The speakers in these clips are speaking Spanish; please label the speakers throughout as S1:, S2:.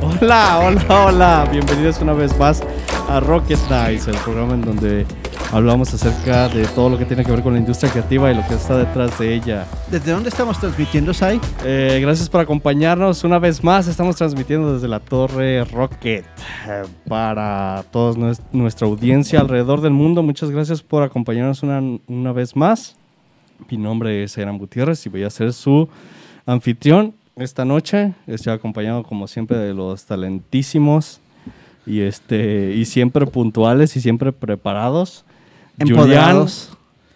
S1: Hola, hola, hola. Bienvenidos una vez más a Rocket Dice, el programa en donde hablamos acerca de todo lo que tiene que ver con la industria creativa y lo que está detrás de ella.
S2: ¿Desde dónde estamos transmitiendo, Sai?
S1: Eh, gracias por acompañarnos una vez más. Estamos transmitiendo desde la Torre Rocket eh, para toda nuestra audiencia alrededor del mundo. Muchas gracias por acompañarnos una, una vez más. Mi nombre es Eran Gutiérrez y voy a ser su anfitrión esta noche. Estoy acompañado, como siempre, de los talentísimos y, este, y siempre puntuales y siempre preparados.
S2: Empoderados.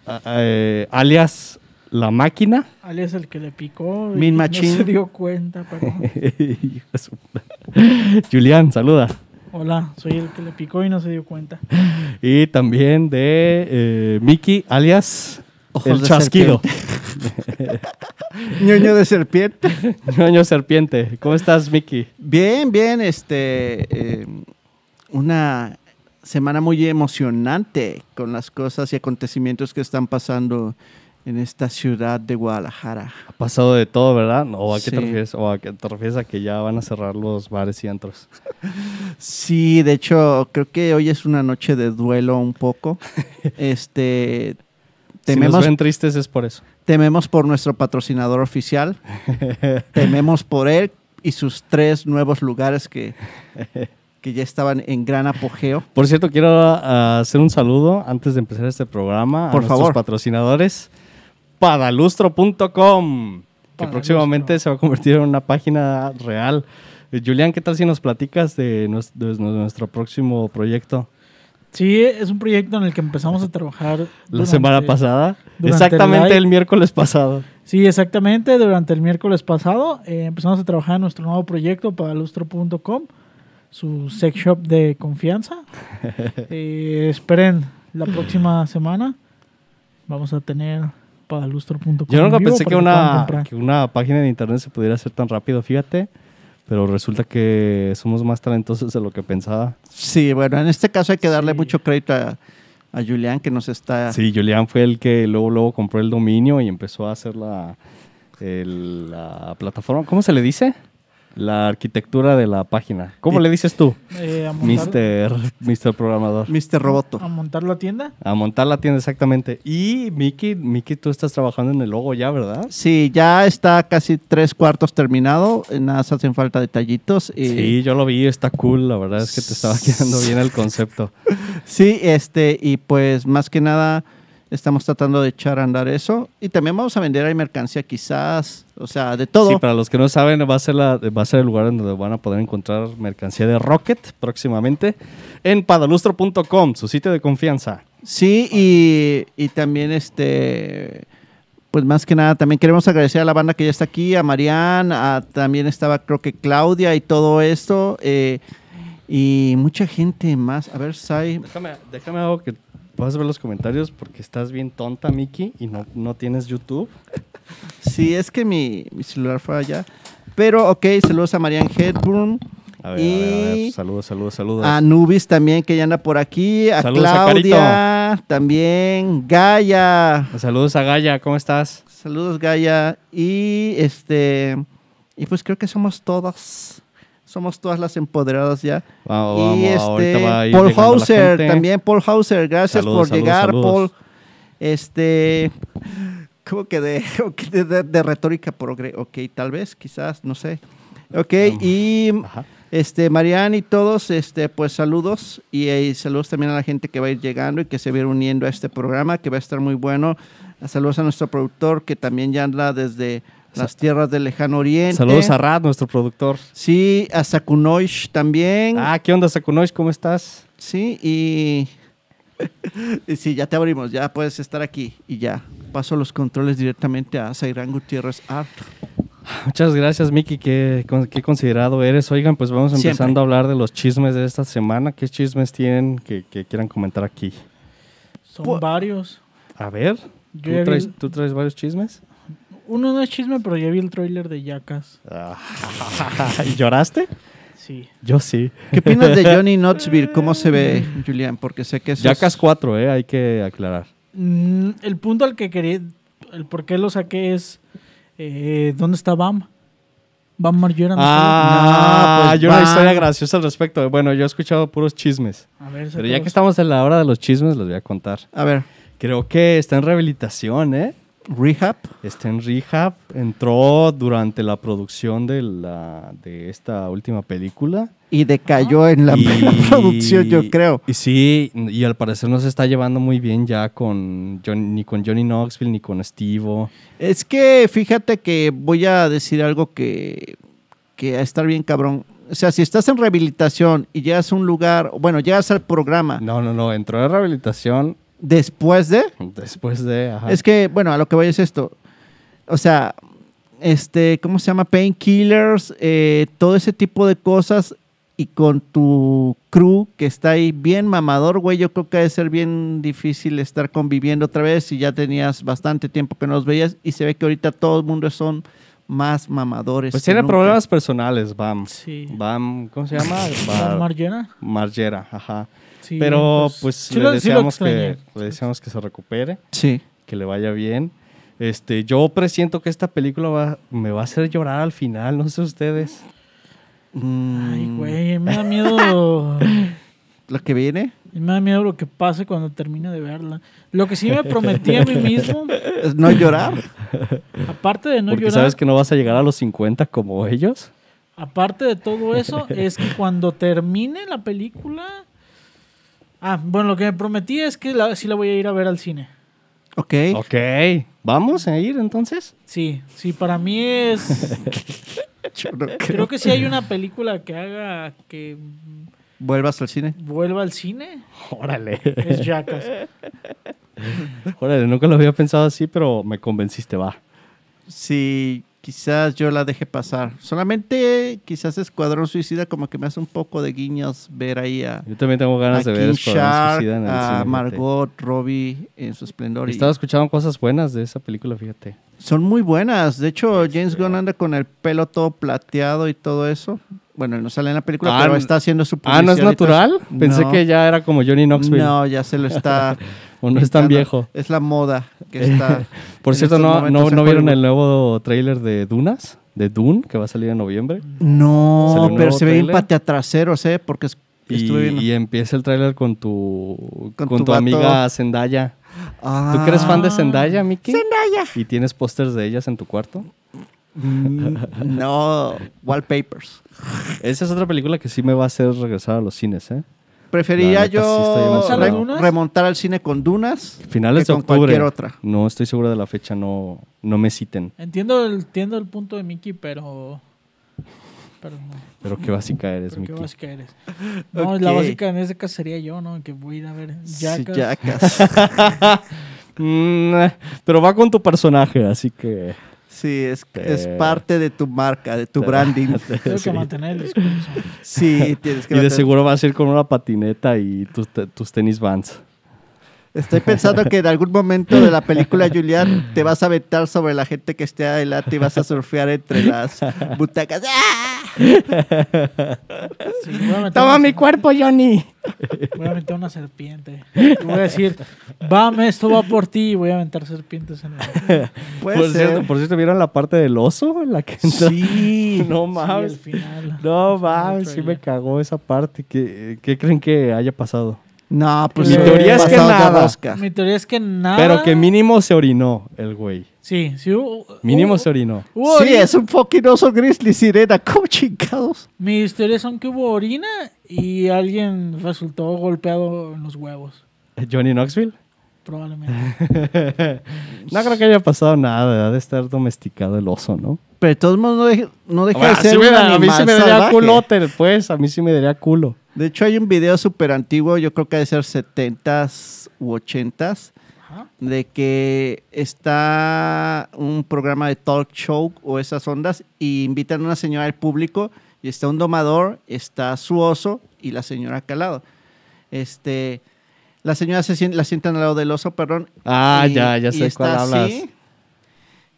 S1: Julián, a- eh, alias La Máquina.
S3: Alias el que le picó.
S2: Mean
S3: y
S2: Machine.
S3: No se dio cuenta, pero.
S1: Hijo de su- Julián, saluda.
S3: Hola, soy el que le picó y no se dio cuenta.
S1: Y también de eh, Mickey, alias
S2: Ojos
S1: El
S2: de
S1: Chasquido.
S2: Ñoño de serpiente.
S1: Ñoño Serpiente. ¿Cómo estás, Mickey?
S2: Bien, bien, este. eh, una semana muy emocionante con las cosas y acontecimientos que están pasando en esta ciudad de Guadalajara.
S1: Ha pasado de todo, ¿verdad? ¿O a qué
S2: Sí.
S1: te refieres? ¿O a qué te refieres a que ya van a cerrar los bares y antros?
S2: Sí, de hecho, creo que hoy es una noche de duelo un poco. Este.
S1: Si nos
S2: Tememos,
S1: ven tristes es por eso.
S2: tememos por nuestro patrocinador oficial. tememos por él y sus tres nuevos lugares que, que ya estaban en gran apogeo.
S1: Por cierto, quiero ah, hacer un saludo antes de empezar este programa a
S2: Por
S1: nuestros
S2: favor.
S1: patrocinadores. Padalustro.com, que
S3: Padalustro.
S1: próximamente se va a convertir en una página real. Eh, Julián, ¿qué tal si nos platicas de, nues- de nues- nuestro próximo proyecto?
S3: Sí, es un proyecto en el que empezamos a trabajar.
S1: La
S3: durante-
S1: semana pasada.
S3: durante el
S1: Exactamente
S3: live.
S1: el miércoles pasado.
S3: Sí, exactamente. Durante el miércoles pasado eh, empezamos a trabajar en nuestro nuevo proyecto para lustro.com, su sex shop de confianza. Eh, esperen la próxima semana. Vamos a tener para lustro.com.
S1: Yo nunca
S3: en vivo
S1: pensé
S3: para
S1: que
S3: puedan
S1: una,
S3: comprar.
S1: que una página de internet se pudiera hacer tan rápido, fíjate. Pero resulta que somos más talentosos de lo que pensaba.
S2: Sí, bueno, en este caso hay que darle
S3: Sí.
S2: mucho crédito a, a Julián que nos está...
S1: Sí, Julián fue el que luego, luego compró el dominio y empezó a hacer la, el- la plataforma. ¿Cómo se le dice? La arquitectura de la página. ¿Cómo
S2: Y-
S1: le dices tú,
S3: Eh, a, montar,
S1: Mister, Mister Programador?
S2: Mr. Roboto.
S3: a montar la tienda.
S1: A montar la tienda, exactamente. Y Miki, Miki, tú estás trabajando en el logo ya, ¿verdad?
S2: Sí, ya está casi tres cuartos terminado. eh, Nada, más hacen falta detallitos. y-
S1: Sí, yo lo vi, está cool. La verdad es que te estaba quedando bien el concepto.
S2: Sí, este, y pues más que nada estamos tratando de echar a andar eso. Y también vamos a vender ahí mercancía quizás, o sea, de todo.
S1: Sí, para los que no saben, va a ser, la, va a ser el lugar en donde van a poder encontrar mercancía de Rocket próximamente en padalustro.com, su sitio de confianza.
S2: Sí, y, y también este, pues más que nada, también queremos agradecer a la banda que ya está aquí, a Marian, a- también estaba creo que Claudia y todo esto, eh, y mucha gente más. A ver, Sai,
S1: Déjame, déjame algo que puedas ver los comentarios porque estás bien tonta, Miki, y no, no tienes YouTube.
S2: sí, es que mi, mi celular fue allá. Pero, ok, saludos a Marian Hepburn,
S1: A ver,
S2: Y-
S1: a ver, a ver. Saludos, saludos, saludos.
S2: a Nubis también que ya anda por aquí, a
S1: Saludos a
S2: Claudia también, Gaia,
S1: Saludos a Gaia, ¿cómo estás?
S2: Saludos, Gaia. Y este. Y pues creo que somos todas. Somos todas las empoderadas ya.
S1: Vamos,
S2: y este,
S1: vamos, ahorita va a ir
S2: Paul
S1: llegando la
S2: Hauser,
S1: gente.
S2: también Paul Hauser, gracias
S1: Saludos,
S2: por
S1: saludos,
S2: llegar,
S1: saludos.
S2: Paul. Este. ¿Cómo que de, cómo que de- de- de retórica progre? Ok, tal vez, quizás, no sé. Ok, y
S1: Ajá.
S2: este, Marian y todos, este, pues saludos y, eh, saludos también a la gente que va a ir llegando y que se va a ir uniendo a este programa, que va a estar muy bueno. Saludos a nuestro productor que también ya anda desde las tierras del lejano oriente.
S1: Saludos a Rad, nuestro productor.
S2: Sí, a Sakunoish también.
S1: Ah, ¿qué onda, Sakunoish? ¿Cómo estás?
S2: Sí, y... y sí, ya te abrimos, ya puedes estar aquí y ya. Paso los controles directamente a Zairán Gutiérrez Art.
S1: Muchas gracias, Miki, qué, con- qué considerado eres. Oigan, pues vamos
S2: Siempre.
S1: empezando a hablar de los chismes de esta semana. ¿Qué chismes tienen que, que quieran comentar aquí?
S3: Son
S2: Pu-
S3: varios.
S1: A ver, ¿tú
S3: Yo ya vi-
S1: traes, tú traes varios chismes?
S3: Uno no es chisme, pero ya vi el tráiler de Yacas.
S1: Ah. ¿Y lloraste?
S3: Sí.
S1: Yo sí.
S2: ¿Qué opinas de Johnny Knoxville? ¿Cómo se ve, Julián? Porque sé que eso es-
S1: Jackass 4, eh, hay que aclarar.
S3: Mm, el punto al que quería, el por qué lo saqué es, eh, ¿dónde está Bam? Van Margera. no
S1: Ah,
S2: No, pues
S1: hay una
S2: va.
S1: historia graciosa al respecto. Bueno, yo he escuchado puros chismes.
S3: sabe. A ver,
S1: Pero ya
S3: sácalos.
S1: que estamos en la hora de los chismes, los voy a contar.
S2: A ver,
S1: Creo que está en rehabilitación, ¿eh?
S2: rehab.
S1: Está en rehab. Entró durante la producción de, la, de esta última película.
S2: Y decayó en la
S1: Y-
S2: producción, yo creo.
S1: Y sí, y al parecer no se está llevando muy bien ya con John- ni con Johnny Knoxville ni con Steve.
S2: Es que fíjate que voy a decir algo que, que a estar bien cabrón. O sea, si estás en rehabilitación y llegas a un lugar, bueno, llegas al programa
S1: No, no, no. Entró en rehabilitación
S2: después de...
S1: después de. ajá.
S2: Es que, bueno, a lo que voy es esto. O sea, este, ¿cómo se llama? Painkillers, eh, todo ese tipo de cosas. Y con tu crew que está ahí bien mamador, güey, yo creo que debe ser bien difícil estar conviviendo otra vez si ya tenías bastante tiempo que no los veías y se ve que ahorita todo el mundo son más mamadores.
S1: pues
S2: que
S1: tiene
S2: nunca.
S1: problemas personales, Bam.
S3: este Sí.
S1: Bam, ¿cómo se llama?
S3: Van
S1: Bar-
S3: Margera.
S1: Margera, ajá.
S3: Sí,
S1: Pero pues
S3: sí
S1: le,
S3: lo- sí lo
S1: deseamos que,
S3: extrañé.
S1: le deseamos que se recupere,
S2: Sí.
S1: que le vaya bien. Este, yo presiento que esta película va- me va a hacer llorar al final, no sé ustedes.
S2: Mm,
S3: Ay, güey, me da miedo.
S2: Lo que viene
S3: me da miedo lo que pase cuando termine de verla. Lo que sí me prometí a mí mismo,
S2: es no llorar.
S3: aparte de no
S1: porque
S3: llorar,
S1: sabes que no vas a llegar a los 50 como ellos.
S3: aparte de todo eso, es que cuando termine la película. Ah, bueno, lo que me prometí es que la- sí la voy a ir a ver al cine.
S2: Ok.
S1: Ok, vamos a ir entonces.
S3: Sí, sí, para mí es.
S2: Yo no creo.
S3: Creo que si hay una película que haga que
S2: Vuelvas al cine.
S3: vuelva al cine,
S1: Órale.
S3: es Jackass.
S1: Órale, nunca lo había pensado así, pero me convenciste, va.
S2: Sí, quizás yo la deje pasar. Solamente quizás Escuadrón Suicida como que me hace un poco de guiños ver ahí a,
S1: Yo también tengo
S2: a
S1: ganas de ver
S2: King
S1: Escuadrón
S2: Shark,
S1: Suicida en el cine,
S2: a
S1: fíjate.
S2: Margot Robbie en su esplendor. y-
S1: Estaba escuchando cosas buenas de esa película, fíjate.
S2: son muy buenas. De hecho,
S1: Este,
S2: James Gunn anda con el pelo todo plateado y todo eso. Bueno, él no sale en la película,
S1: Ah,
S2: pero
S1: no-
S2: está haciendo su
S1: Ah, ¿no es
S2: publicidad y todo
S1: natural?
S2: eso.
S1: Pensé
S2: No.
S1: que ya era como Johnny Knoxville.
S2: No, ya se lo está...
S1: O no es tan
S2: pintando.
S1: viejo.
S2: Es la moda que está...
S1: Por
S2: en
S1: cierto,
S2: estos
S1: ¿no,
S2: momentos
S1: no,
S2: en
S1: no vieron
S2: Hollywood.
S1: el nuevo tráiler de Dunas? De Dune, que va a salir en noviembre. Salió
S2: No,
S1: un
S2: pero
S1: nuevo
S2: se ve bien
S1: tráiler.
S2: pateatraseros, ¿eh? Porque es-
S1: Y,
S2: estuve viendo...
S1: y empieza el tráiler con tu, con
S2: Con
S1: tu,
S2: tu vato.
S1: amiga Zendaya. ¿Tú que
S2: Ah,
S1: eres fan de Zendaya, Miki?
S2: Zendaya.
S1: ¿Y tienes pósters de ellas en tu cuarto?
S2: mm, No, wallpapers.
S1: Esa es otra película que sí me va a hacer regresar a los cines, ¿eh? La
S2: Preferiría
S1: neta, sí estoy
S2: yo
S1: emocionado.
S2: re-
S3: ¿Algunas?
S2: remontar al cine con Dunas.
S1: Finales
S2: que
S1: de
S2: con
S1: octubre.
S2: cualquier otra.
S1: No estoy seguro de la fecha, no, no me citen.
S3: Entiendo el, entiendo el punto de Mickey, pero. Pero no.
S1: Pero qué básica eres,
S3: Pero qué
S1: Miki.
S3: básica eres. No, la
S2: Ok.
S3: básica en este caso sería yo, ¿no? Que voy a ir a ver
S2: Sí,
S3: Jackass.
S2: Jackass.
S1: Mm, pero va con tu personaje, así que...
S2: Sí, es,
S1: Te-
S2: es parte de tu marca, de tu branding.
S3: Tengo
S1: Sí.
S3: que mantener el discurso.
S2: Sí, tienes que
S1: Y de
S2: mantener-
S1: seguro vas a ir con una patineta y tus, te- tus tenis vans.
S2: Estoy pensando que en algún momento de la película, Julián, te vas a aventar sobre la gente que esté adelante y vas a surfear entre las butacas. ¡Ah!
S3: Sí, voy a meter
S1: ¡Toma
S3: una-
S1: mi cuerpo, Johnny!
S3: Voy a aventar una serpiente. Y voy a decir, vamos, esto va por ti. Y voy a aventar serpientes en el,
S2: Puede
S1: por,
S2: ser.
S1: cierto, por cierto, ¿vieron la parte del oso? En la que entra?
S2: Sí.
S1: No
S3: sí,
S1: mames.
S3: el final.
S1: no
S3: El
S1: mames, sí me
S3: trailer.
S1: cagó esa parte. ¿Qué, qué creen que haya pasado?
S2: No, pues
S3: Mi
S2: sí,
S3: teoría es que
S2: pasado de
S1: nada.
S2: rosca.
S3: Mi teoría es que nada.
S1: Pero que mínimo se orinó el güey.
S3: Sí, sí. hubo-
S1: Mínimo
S3: hubo-
S1: se orinó.
S3: hubo
S2: sí,
S3: orina.
S2: es un fucking oso grizzly sirena, ¿cómo chingados?
S3: Mis teorías son que hubo orina y alguien resultó golpeado en los huevos.
S1: Eh, ¿Johnny Knoxville?
S3: Probablemente.
S1: No creo que haya pasado nada. Ha de estar domesticado el oso, ¿no?
S2: Pero de todos modos no deja, no deja
S1: Bueno,
S2: de ser
S1: sí me
S2: un
S1: da- a mí
S2: animal
S1: sí me daría
S2: salvaje.
S1: culote, pues. A mí sí me daría culo.
S2: De hecho hay un video súper antiguo, yo creo que ha de ser 70s u 80s,
S3: Ajá.
S2: de que está un programa de talk show o esas ondas y invitan a una señora al público y está un domador, está su oso y la señora calado. Este, la señora se sien- la sientan al lado del oso, perdón,
S1: Ah,
S2: y-
S1: ya, ya
S2: y
S1: sé
S2: está
S1: cuál hablas.
S2: así,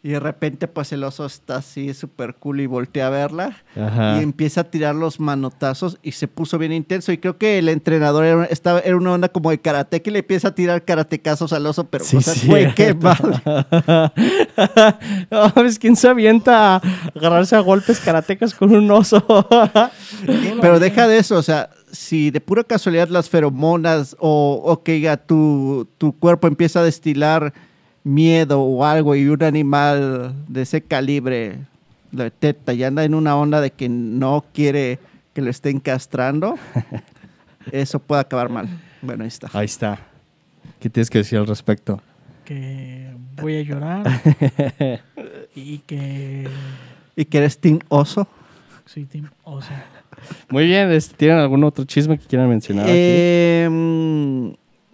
S2: Y de repente, pues el oso está así súper cool y voltea a verla.
S1: Ajá.
S2: Y empieza a tirar los manotazos y se puso bien intenso. Y creo que el entrenador era, estaba, era una onda como de karate que le empieza a tirar karatecazos al oso, pero
S1: Sí,
S2: o sea, güey, qué
S1: cierto.
S2: mal.
S1: No, ¿Ves quién se avienta a agarrarse a golpes karatecas con un oso?
S2: Pero deja de eso, o sea, si de pura casualidad las feromonas o, o que ya tu, tu cuerpo empieza a destilar miedo o algo y un animal de ese calibre lo detecta y anda en una onda de que no quiere que lo estén castrando, eso puede acabar mal. Bueno, ahí está.
S1: Ahí está. ¿Qué tienes que decir al respecto?
S3: Que voy a llorar y que
S2: ¿Y que eres Team Oso?
S3: soy Team Oso.
S1: Muy bien, este, ¿tienen algún otro chisme que quieran mencionar? aquí?
S2: Eh, mm,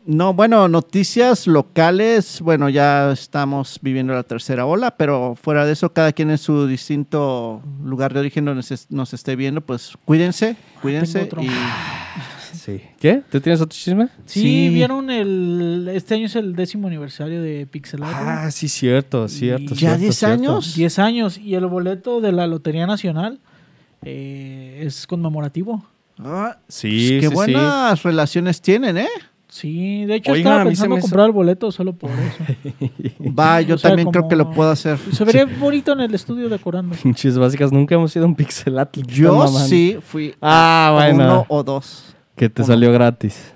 S2: no, bueno, noticias locales. Bueno, ya estamos viviendo la tercera ola, pero fuera de eso, cada quien en su distinto lugar de origen donde se- nos esté viendo, pues cuídense, cuídense.
S3: otro.
S2: Y,
S1: Ah, Sí. ¿Qué? ¿Tú tienes otro chisme?
S3: Sí,
S2: Sí.
S3: vieron el. Este año es el décimo aniversario de Pixel Art.
S1: Ah, sí, cierto, cierto.
S3: ¿Ya
S1: cierto,
S2: 10
S1: cierto.
S2: años?
S3: 10 años y el boleto de la Lotería Nacional eh, es conmemorativo.
S2: Ah,
S1: Sí,
S2: pues, qué
S1: sí,
S2: buenas relaciones tienen, ¿eh?
S3: Sí, de hecho
S1: Oigan, a
S3: estaba
S1: mí se
S3: pensando
S1: me hizo-
S3: comprar el boleto solo por eso.
S2: Va, yo
S3: O sea,
S2: también creo
S3: como-
S2: que lo puedo hacer.
S3: Se vería bonito en el estudio decorando.
S1: Pinches básicas, nunca hemos ido a un pixelat. ¿qué están
S2: Yo
S1: mamando?
S2: sí fui
S1: Ah,
S2: a
S1: bueno.
S2: uno o dos.
S1: Que te
S2: uno.
S1: salió gratis.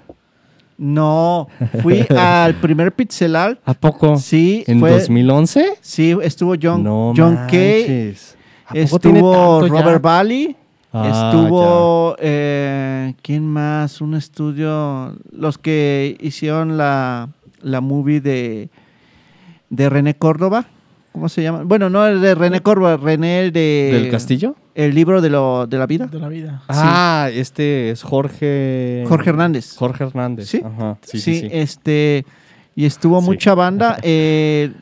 S2: No, fui al primer pixel art.
S1: ¿A poco?
S2: Sí,
S1: ¿En
S2: fue-
S1: 2011?
S2: Sí, estuvo John,
S1: no
S2: John Kay.
S1: manches. ¿A poco tiene
S2: Estuvo
S1: tanto ya?
S2: Robert Valley.
S1: Ah,
S2: estuvo. eh, ¿Quién más? Un estudio. Los que hicieron la, la movie de, de René Córdoba. ¿Cómo se llama? Bueno, no el de René Córdoba, René el de.
S1: ya. ¿Del castillo?
S2: El libro de, lo, de la vida.
S3: De la vida.
S1: Ah, este es Jorge...
S2: Jorge Hernández.
S1: Jorge Hernández.
S2: Sí.
S1: Ajá, sí,
S2: Sí,
S1: sí, sí.
S2: este. Y estuvo
S1: Sí.
S2: mucha banda. eh,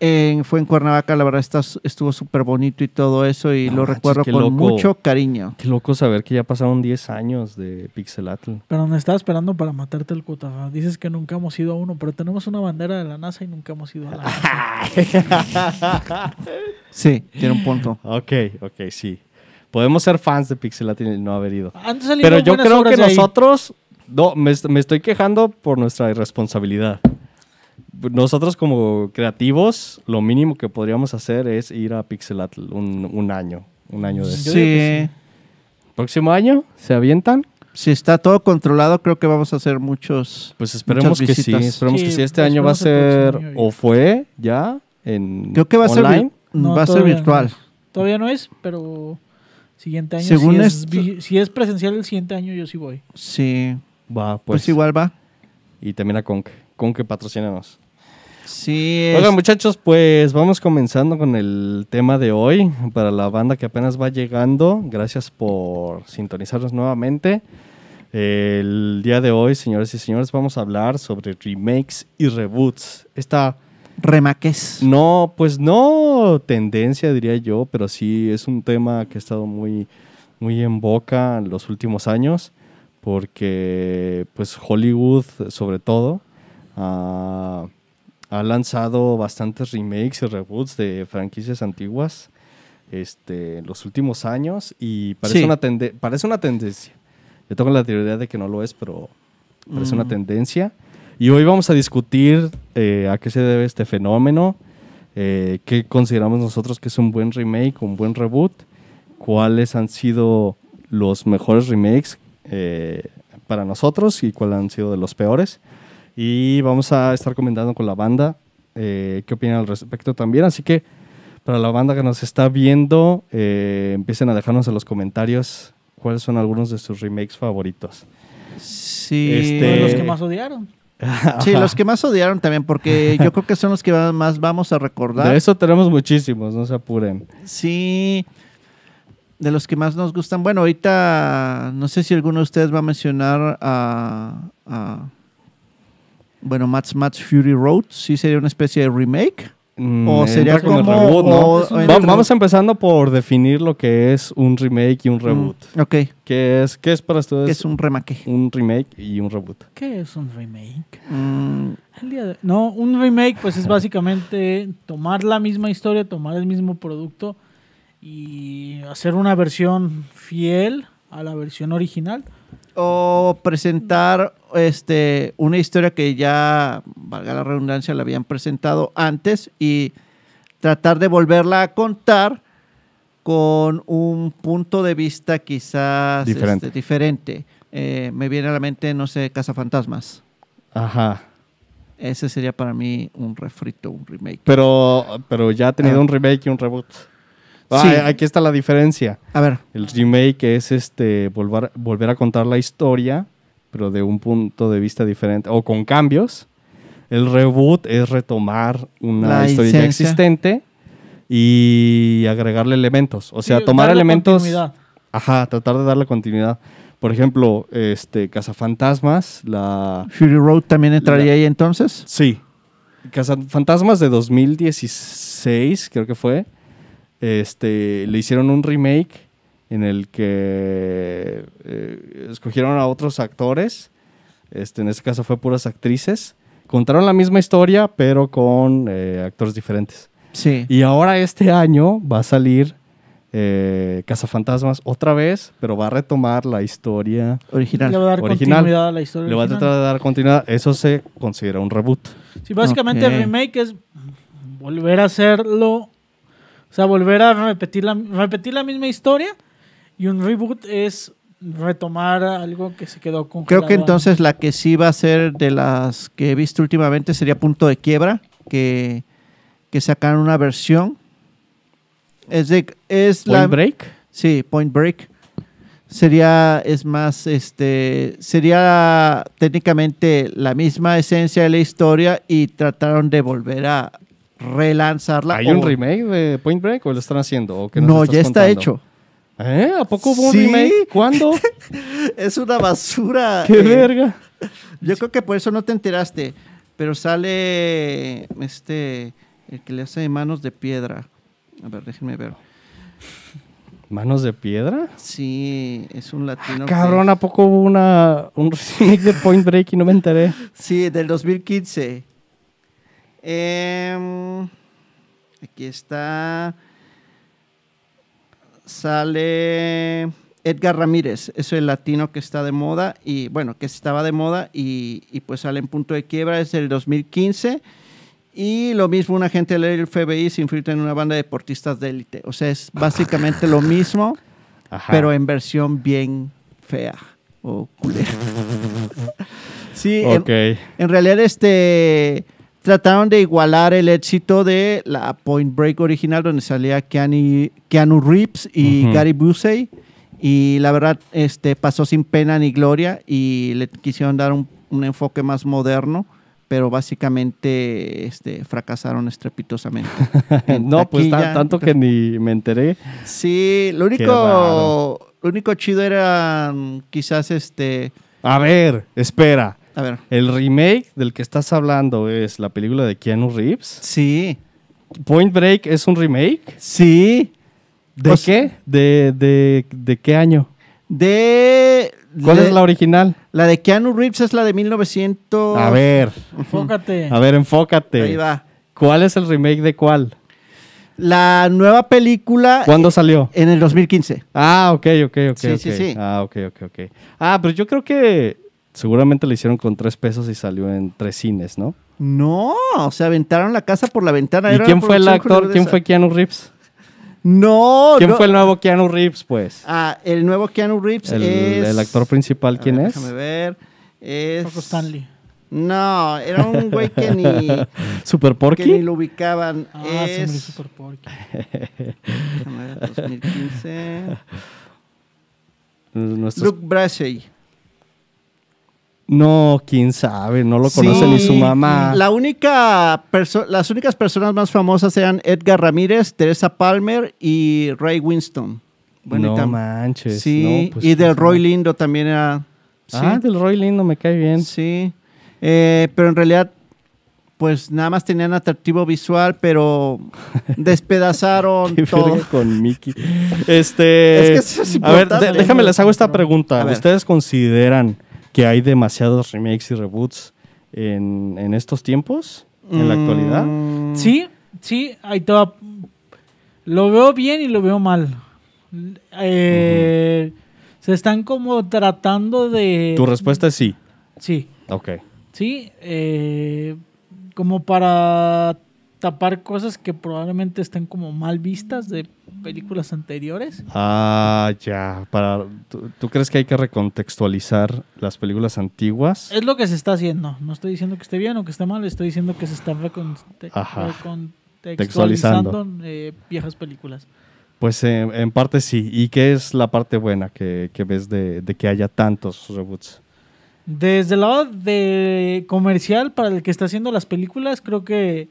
S2: en- fue en Cuernavaca, la verdad está, estuvo súper bonito y todo eso. Y
S1: No
S2: lo
S1: manches,
S2: recuerdo
S1: qué
S2: con
S1: loco.
S2: mucho cariño.
S1: Qué loco saber que ya pasaron 10 años de Pixelatl.
S3: Pero me estaba esperando para matarte el cuota. Dices que nunca hemos ido a uno, pero tenemos una bandera de la NASA y nunca hemos ido a la NASA.
S2: Sí, tiene un punto.
S1: Ok, ok, sí. Podemos ser fans de Pixelatl y no haber ido.
S3: Han salido
S1: Pero yo
S3: buenas
S1: creo
S3: obras
S1: que
S3: de ahí.
S1: nosotros, no, me, est- me estoy quejando por nuestra irresponsabilidad. Nosotros como creativos, lo mínimo que podríamos hacer es ir a Pixelatl un, un año, un año de
S3: Yo digo
S2: Sí,
S3: que
S1: Próximo año, ¿se avientan?
S2: si está todo controlado, creo que vamos a hacer muchos.
S1: Pues esperemos
S2: Muchas
S1: que sí,
S2: visitas.
S1: esperemos que
S3: Sí,
S1: sí. Este año va a
S3: esperemos el próximo
S1: ser,
S3: año y-
S1: o fue ya, en
S2: Creo que va a ser,
S1: online.
S2: vi-
S3: No,
S2: va a ser
S3: todavía
S2: virtual.
S3: no. Todavía no es, pero siguiente año.
S2: Según
S3: si, es,
S2: esto-
S3: vi- si es presencial el siguiente año, yo sí voy.
S2: Sí,
S1: Va, pues,
S2: pues, igual va.
S1: Y también a Conk. Conk, patrocínanos.
S2: Sí, es-
S1: Oigan muchachos, pues vamos comenzando con el tema de hoy. Para la banda que apenas va llegando, gracias por sintonizarnos nuevamente. El día de hoy, señores y señores, vamos a hablar sobre remakes y reboots. Esta
S2: remaques.
S1: no, pues no tendencia diría yo, pero sí es un tema que ha estado muy, muy en boca en los últimos años, porque pues Hollywood sobre todo ha- ha lanzado bastantes remakes y reboots de franquicias antiguas este, en los últimos años y parece,
S2: Sí.
S1: una tende- parece una tendencia. Yo tengo la teoría de que no lo es, pero parece una tendencia. Y hoy vamos a discutir eh, a qué se debe este fenómeno, eh, qué consideramos nosotros que es un buen remake, un buen reboot, cuáles han sido los mejores remakes eh, para nosotros y cuáles han sido de los peores. Y vamos a estar comentando con la banda eh, qué opinan al respecto también. Así que para la banda que nos está viendo, eh, empiecen a dejarnos en los comentarios cuáles son algunos de sus remakes favoritos.
S2: Sí.
S1: Este-
S3: Uno de
S1: Eh,
S3: los que más odiaron.
S2: Sí, los que más odiaron también, porque yo creo que son los que va- más vamos a recordar.
S1: De eso tenemos muchísimos, no se apuren.
S2: Sí, de los que más nos gustan. Bueno, ahorita no sé si alguno de ustedes va a mencionar a. a- bueno, Max Max Fury Road, sí sería una especie de remake.
S1: mm,
S2: O
S1: entra
S2: sería
S1: con el
S2: como-
S1: reboot, ¿no?
S2: o-
S1: Va-
S2: o entra-
S1: Vamos empezando por definir lo que es un remake y un reboot. Pues
S2: Mm, ok, que
S1: ¿Qué es, qué es para ustedes
S2: es un remaque.
S1: un remake y un reboot?
S3: ¿Qué es un remake?
S2: Mm,
S3: Al día de- No, un remake pues es básicamente tomar la misma historia, tomar el mismo producto y hacer una versión fiel a la versión original.
S2: o presentar este, una historia que ya, valga la redundancia, la habían presentado antes y tratar de volverla a contar con un punto de vista quizás
S1: Diferente.
S2: este, diferente. Eh, me viene a la mente, no sé, Cazafantasmas.
S1: Ajá.
S2: Ese sería para mí un refrito, un remake.
S1: Pero, pero ya ha tenido
S2: Ah.
S1: un remake y un reboot. Ah,
S2: Sí.
S1: Aquí está la diferencia.
S2: A ver,
S1: El remake es este volver, volver a contar la historia, pero de un punto de vista diferente o con cambios. El reboot es retomar una
S2: La
S1: historia ya
S2: esencia.
S1: existente y agregarle elementos. O sea,
S3: Sí,
S1: tomar
S3: darle
S1: elementos.
S3: continuidad.
S1: Ajá, tratar de darle continuidad. Por ejemplo, este Cazafantasmas, la
S2: Fury Road también entraría ahí entonces.
S1: Sí. Fantasmas de 2016, creo que fue. Este, le hicieron un remake en el que eh, escogieron a otros actores. Este, en este caso fue puras actrices. Contaron la misma historia, pero con eh, actores diferentes.
S2: Sí.
S1: Y ahora este año va a salir eh, Cazafantasmas otra vez, pero va a retomar la historia.
S2: Original.
S3: Le va a dar
S1: Original.
S3: continuidad a la historia
S1: Le va a
S3: original.
S1: tratar de dar continuidad. Eso se considera un reboot.
S3: Sí, básicamente
S2: Ok.
S3: el remake es volver a hacerlo, o sea, volver a repetir la, repetir la misma historia y un reboot es retomar algo que se quedó congelado.
S2: Creo que entonces la que sí va a ser de las que he visto últimamente sería Punto de Quiebra, que, que sacaron una versión. Es de es la
S1: Point Break.
S2: sí, Point Break. Sería es más este sería técnicamente la misma esencia de la historia y trataron de volver a relanzarla.
S1: ¿Hay
S2: o-
S1: un remake de Point Break o lo están haciendo? ¿O qué nos
S2: No,
S1: estás
S2: ya está
S1: contando?
S2: hecho.
S1: ¿Eh? ¿A poco hubo
S2: Sí.
S1: un remake? ¿Cuándo?
S2: Es una basura.
S1: ¡Qué
S2: eh,
S1: verga!
S2: Yo creo que por eso no te enteraste. Pero sale este, el que le hace manos de piedra. A ver, déjenme ver.
S1: ¿Manos de piedra? Ah,
S2: Sí, es un latino. que-
S1: Cabrón, ¿a poco hubo una, un remake de Point Break y no me enteré?
S2: Sí, del 2015. Em, aquí está. Sale Edgar Ramírez, es el latino que está de moda y bueno, que estaba de moda y, y pues sale en punto de quiebra, es del 2015. Y lo mismo, un agente del FBI se infiltra en una banda de deportistas de élite. O sea, es básicamente lo mismo,
S1: Ajá.
S2: pero en versión bien fea o culera. sí, en-
S1: Ok.
S2: en realidad, este trataron de igualar el éxito de la Point Break original, donde salía Keanu, Keanu Reeves y
S1: Ujú.
S2: Gary Busey. Y la verdad, este pasó sin pena ni gloria y le quisieron dar un, un enfoque más moderno, pero básicamente este, fracasaron estrepitosamente. En
S1: no, pues tan-
S2: taquilla,
S1: tanto que ni me enteré.
S2: Sí, lo
S1: raro.
S2: único, lo único chido era mm, quizás este.
S1: A ver, espera.
S2: A ver.
S1: El remake del que estás hablando es la película de Keanu Reeves.
S2: Sí,
S1: ¿Point Break es un remake?
S2: sí.
S1: ¿De
S2: O
S1: qué? ¿De, de, de qué año?
S2: De.
S1: ¿Cuál
S2: de-
S1: es la original?
S2: La de Keanu Reeves es la de 1900.
S1: A ver,
S3: Enfócate.
S1: a ver, enfócate.
S2: Ahí va.
S1: ¿Cuál es el remake de cuál?
S2: La nueva película
S1: ¿Cuándo salió?
S2: en el 2015.
S1: Ah, ok, ok, ok.
S2: Sí,
S1: ok.
S2: sí, sí.
S1: Ah, ok, ok, ok. Ah, pero yo creo que seguramente lo hicieron con tres pesos y salió en tres cines, ¿no?
S2: No, se aventaron la casa por la ventana.
S1: ¿Y
S2: Era
S1: quién
S2: una
S1: fue el
S2: producción
S1: actor? ¿Quién fue
S2: hollywoodense.
S1: Keanu Reeves?
S2: No,
S1: ¿Quién
S2: no.
S1: fue el nuevo Keanu Reeves, pues?
S2: Ah, el nuevo Keanu Reeves
S1: El,
S2: es.
S1: el actor principal,
S2: A
S1: ¿quién
S2: ver,
S1: es?
S2: Déjame ver. Es.
S3: Paco Stanley.
S2: No, era un güey que ni,
S1: ¿Super
S2: que ni
S1: Porky?
S2: lo ubicaban.
S3: Ah, se me
S2: es.
S3: hizo por porky.
S2: Déjame ver, 2015.
S1: Nuestros-
S2: Luke Bracey.
S1: No, quién sabe, no lo conoce ni su
S2: Sí,
S1: mamá.
S2: La única perso- las únicas personas más famosas eran Edgar Ramírez, Teresa Palmer y Ray Winston. y
S1: no
S2: tam-
S1: manches.
S2: Sí,
S1: no, pues,
S2: y
S1: quién
S2: del
S1: sabe.
S2: Roy Lindo también era. Sí,
S1: Ah, del Roy Lindo me cae bien.
S2: sí. Eh, pero en realidad pues nada más tenían atractivo visual, pero despedazaron
S1: Qué verga
S2: todo.
S1: con Mickey. Este,
S2: Es que eso es
S1: a ver,
S2: importante,
S1: de- déjame
S2: ¿no?
S1: les hago esta pregunta.
S2: A ver.
S1: ¿Ustedes consideran que hay demasiados remakes y reboots en, en estos tiempos, en la actualidad?
S2: Mm,
S3: Sí, sí, ahí te va. Lo veo bien y lo veo mal. Eh, Se están como tratando de...
S1: Tu respuesta es sí.
S3: Sí,
S1: Ok.
S3: sí. eh, como para tapar cosas que probablemente estén como mal vistas de películas anteriores.
S1: Ah, ya. Para, ¿tú, tú crees que hay que recontextualizar las películas antiguas?
S3: Es lo que se está haciendo. No estoy diciendo que esté bien o que esté mal, estoy diciendo que se están reconte-
S1: Ajá.
S3: recontextualizando eh, viejas películas.
S1: Pues en, en parte sí. ¿Y qué es la parte buena que, que ves de, de que haya tantos reboots?
S3: Desde el lado de comercial, para el que está haciendo las películas, creo que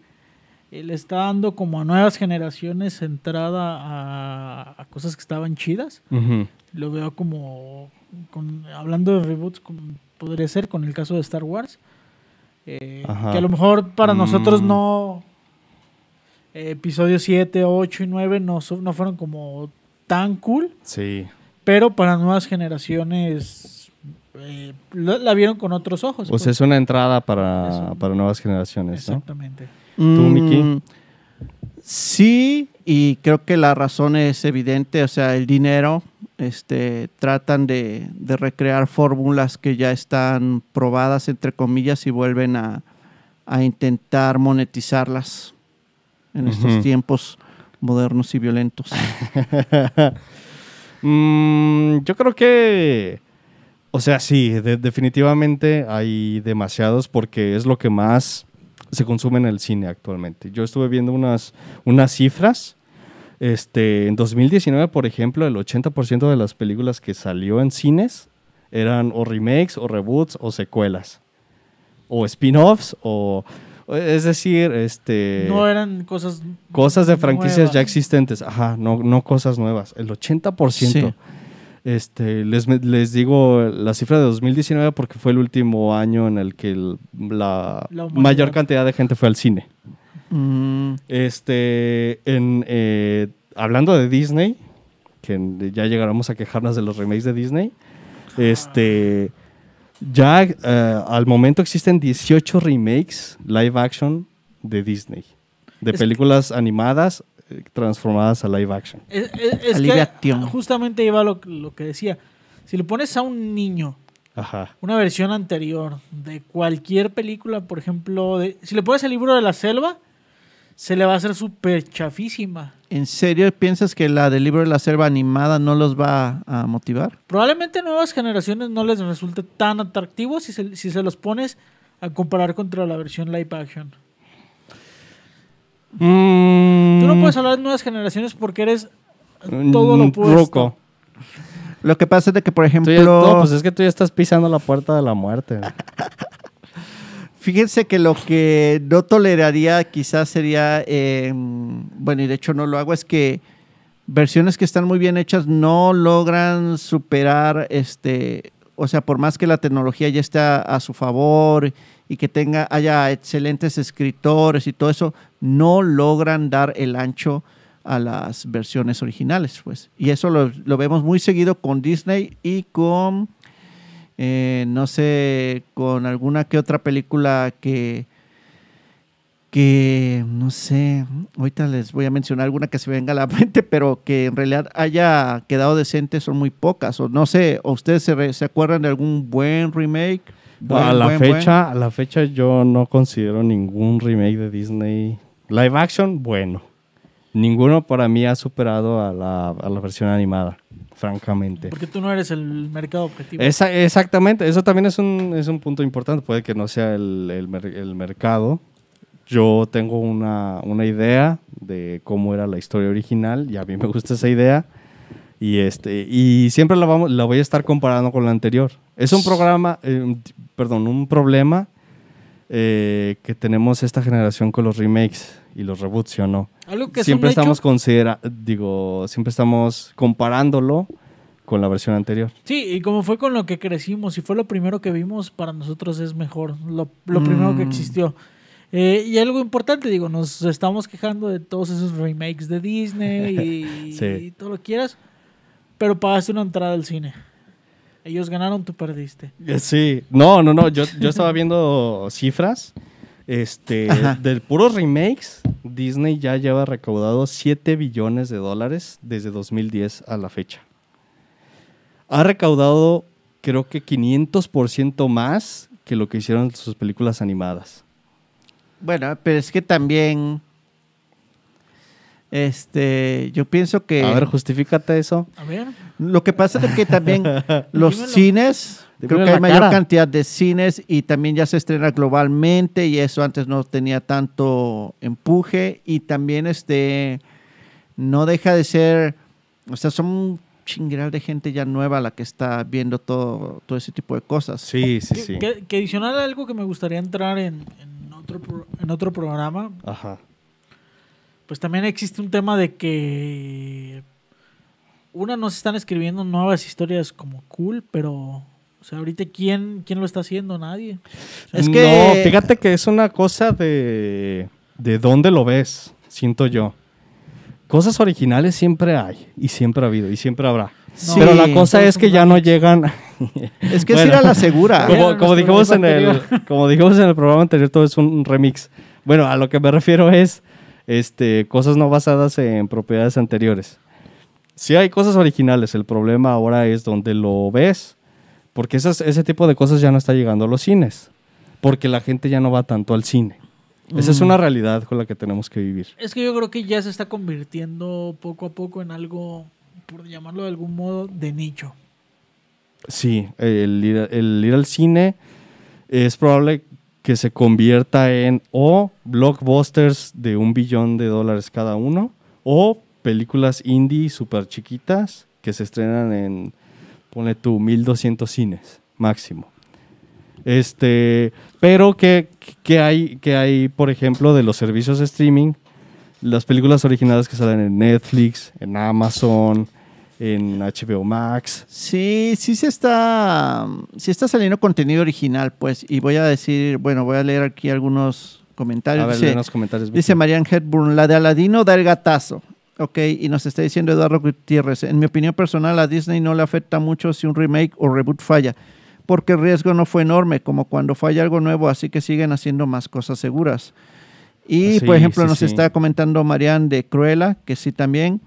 S3: eh, le está dando como a nuevas generaciones entrada a, a cosas que estaban chidas.
S1: Ujú.
S3: Lo veo como, con- hablando de reboots, como podría ser con el caso de Star Wars, eh,
S1: Ajá.
S3: que a lo mejor para
S1: Mm.
S3: nosotros no, eh, episodios 7, 8 y 9 no, su- no fueron como tan cool,
S1: Sí.
S3: pero para nuevas generaciones eh, lo- la vieron con otros ojos.
S1: O sea,
S3: pues.
S1: es una entrada para,
S3: Eso.
S1: para nuevas generaciones, ¿no?
S3: Exactamente.
S1: ¿Tú, Miki?
S2: mm, Sí, y creo que la razón es evidente, o sea, el dinero, este, tratan de, de recrear fórmulas que ya están probadas, entre comillas, y vuelven a, a intentar monetizarlas en estos
S1: Ujú.
S2: tiempos modernos y violentos.
S1: Mm, yo creo que, o sea, sí, de- definitivamente hay demasiados porque es lo que más se consume en el cine actualmente. Yo estuve viendo unas, unas cifras. Este, en 2019, por ejemplo, el 80% de las películas que salió en cines eran o remakes, o reboots, o secuelas. O spin-offs, o... Es decir, este...
S3: no eran cosas.
S1: Cosas de franquicias ya
S3: nuevas.
S1: existentes. Ajá, no, no cosas nuevas. El 80%.
S2: Sí.
S1: Este, les, me- les digo la cifra de 2019 porque fue el último año en el que el- la,
S3: La humanidad.
S1: mayor cantidad de gente fue al cine.
S2: Mm,
S1: Este, en, eh, hablando de Disney, que en- ya llegaremos a quejarnos de los remakes de Disney, este, ya eh, al momento existen 18 remakes live action de Disney, de
S3: Es que-
S1: películas animadas eh, transformadas a live action.
S3: Es, es- es que
S2: Aliviación.
S3: justamente iba lo, lo que decía. Si le pones a un niño
S1: Ajá.
S3: una versión anterior de cualquier película, por ejemplo, de- si le pones el libro de la selva, se le va a hacer súper chafísima.
S2: ¿En serio piensas que la del libro de la selva animada no los va a motivar?
S3: Probablemente a nuevas generaciones no les resulte tan atractivo si se, si se los pones a comparar contra la versión live action. Tú no puedes hablar de nuevas generaciones porque eres todo lo
S1: Mm,
S3: opuesto.
S1: ruco.
S2: Lo que pasa es de que, por
S1: Tú ya-
S2: ejemplo,
S1: no, pues es que tú ya estás pisando la puerta de la muerte.
S2: fíjense que lo que no toleraría quizás sería, eh, bueno, y de hecho no lo hago, es que versiones que están muy bien hechas no logran superar, este, o sea, por más que la tecnología ya esté a, a su favor y que tenga, haya excelentes escritores y todo eso, no logran dar el ancho a las versiones originales, pues. Y eso lo, lo vemos muy seguido con Disney y con, eh, no sé, con alguna que otra película que, que, no sé, ahorita les voy a mencionar alguna que se venga a la mente, pero que en realidad haya quedado decente son muy pocas. O no sé, ¿o ustedes se, re- se acuerdan de algún buen remake?
S1: a
S2: Buen,
S1: la
S2: buen, buen.
S1: fecha, a la fecha yo no considero ningún remake de Disney live action bueno. Ninguno para mí ha superado a la, a la versión animada, francamente.
S3: Porque tú no eres el mercado objetivo.
S1: Esa- exactamente, eso también es un, es un punto importante. Puede que no sea el, el mer- el mercado. Yo tengo una, una idea de cómo era la historia original y a mí me gusta esa idea. Y, este, y siempre la, vamos, la voy a estar comparando con la anterior. Es un programa, eh, un t- perdón, un problema eh, que tenemos esta generación con los remakes y los reboots, ¿sí o no?
S3: Algo que es
S1: Siempre
S3: un hecho-
S1: estamos considera digo, siempre estamos comparándolo con la versión anterior.
S3: Sí, y como fue con lo que crecimos y fue lo primero que vimos, para nosotros es mejor, lo, lo primero que
S2: Mm.
S3: existió. Eh, y algo importante, digo, nos estamos quejando de todos esos remakes de Disney y,
S1: Sí.
S3: y todo lo que quieras, pero pagaste una entrada al cine. Ellos ganaron, tú perdiste.
S1: Eh, Sí, no, no, no, yo, yo estaba viendo cifras. Este,
S2: Ajá.
S1: del puros remakes, Disney ya lleva recaudado 7 billones de dólares desde 2010 a la fecha. Ha recaudado creo que 500% más que lo que hicieron sus películas animadas.
S2: Bueno, pero es que también. Este, yo pienso que.
S1: A ver, justifícate eso.
S3: A ver,
S2: Lo que pasa es que también los
S3: Dímelo.
S2: cines,
S1: Dímelo
S2: creo
S1: en
S2: que
S1: la
S2: hay mayor
S1: cara.
S2: cantidad de cines y también ya se estrena globalmente y eso antes no tenía tanto empuje y también este no deja de ser, o sea, son un chingueral de gente ya nueva la que está viendo todo, todo ese tipo de cosas.
S1: Sí, sí,
S3: que,
S1: sí.
S3: que- que adicional a algo que me gustaría entrar en, en otro, pro- en otro programa,
S1: Ajá.
S3: pues también existe un tema de que una no se están escribiendo nuevas historias como cool, pero o sea, ahorita quién quién lo está haciendo, nadie.
S2: Es
S1: No,
S2: que-
S1: fíjate que es una cosa de. de dónde lo ves, siento yo. Cosas originales siempre hay, y siempre ha habido, y siempre habrá.
S2: Sí.
S1: Pero la cosa
S3: Todos
S1: es que
S3: somos
S1: ya no llegan.
S2: Es que
S1: Bueno.
S2: es ir a la segura.
S3: Bueno,
S1: como, como
S3: nuestro
S1: dijimos en
S3: programa
S1: el, como dijimos en el programa anterior, todo es un remix. Bueno, a lo que me refiero es este, cosas no basadas en propiedades anteriores. Sí hay cosas originales, el problema ahora es donde lo ves, porque esas, ese tipo de cosas ya no está llegando a los cines, porque la gente ya no va tanto al cine. Esa es una realidad con la que tenemos que vivir.
S3: Es que yo creo que ya se está convirtiendo poco a poco en algo por llamarlo de algún modo de nicho.
S1: Sí, el ir, el ir al cine es probable que se convierta en o blockbusters de un billón de dólares cada uno o películas indie súper chiquitas que se estrenan en, pone tú, 1200 cines máximo. Este, pero que, que hay, que hay, por ejemplo, de los servicios de streaming, las películas originales que salen en Netflix, en Amazon, en HBO Max,
S2: Sí, sí se está, sí está saliendo contenido original, pues, y voy a decir, bueno, voy a leer aquí algunos comentarios.
S1: A ver,
S2: Dice,
S1: lee en los comentarios. Vicky.
S2: Dice Marian Hepburn, la de Aladino da el gatazo. Ok, y nos está diciendo Eduardo Gutiérrez, en mi opinión personal a Disney no le afecta mucho si un remake o reboot falla, porque el riesgo no fue enorme, como cuando falla algo nuevo, así que siguen haciendo más cosas seguras. Y,
S1: Ah, Sí,
S2: por ejemplo,
S1: sí,
S2: nos
S1: sí.
S2: está comentando Marian de Cruella, que sí también.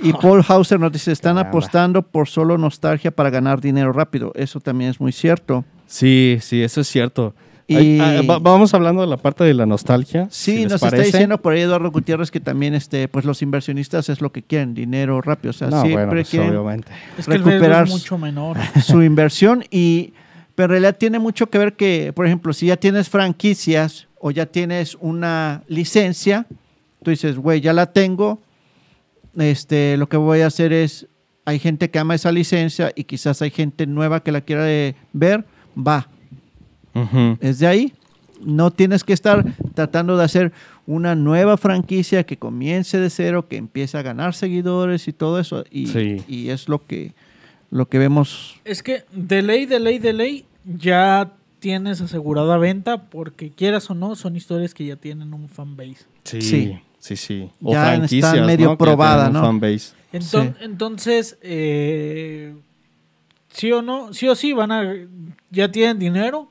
S2: Y Paul Hauser nos dice, están
S1: Ah. Caramba.
S2: apostando por solo nostalgia para ganar dinero rápido. Eso también es muy cierto.
S1: Sí, sí, eso es cierto.
S2: Y-
S1: Ay, ah, va- vamos hablando de la parte de la nostalgia.
S2: Sí,
S1: si les
S2: nos
S1: parece.
S2: está diciendo por ahí Eduardo Gutiérrez que también este, pues los inversionistas es lo que quieren, dinero rápido. O sea,
S1: No,
S2: siempre
S1: bueno, pues,
S2: quieren
S1: obviamente.
S3: Es que el riesgo
S2: Recuperar-
S3: es mucho menor.
S2: su inversión y pero en realidad tiene mucho que ver que, por ejemplo, si ya tienes franquicias o ya tienes una licencia, tú dices, güey, ya la tengo, este, lo que voy a hacer es, hay gente que ama esa licencia y quizás hay gente nueva que la quiera eh, ver, va,
S1: Ujú.
S2: es de ahí. No tienes que estar tratando de hacer una nueva franquicia que comience de cero, que empiece a ganar seguidores y todo eso. Y,
S1: Sí.
S2: y es lo que, lo que vemos.
S3: Es que de ley, de ley, de ley ya tienes asegurada venta porque quieras o no son historias que ya tienen un fanbase.
S1: Sí, sí,
S2: Sí.
S1: sí.
S2: Ya está medio
S1: ¿no? Que
S2: probada,
S1: tienen un
S2: ¿no?
S1: fanbase.
S3: Enton-
S2: Sí.
S3: Entonces, eh, sí o no, sí o sí van a, ya tienen dinero,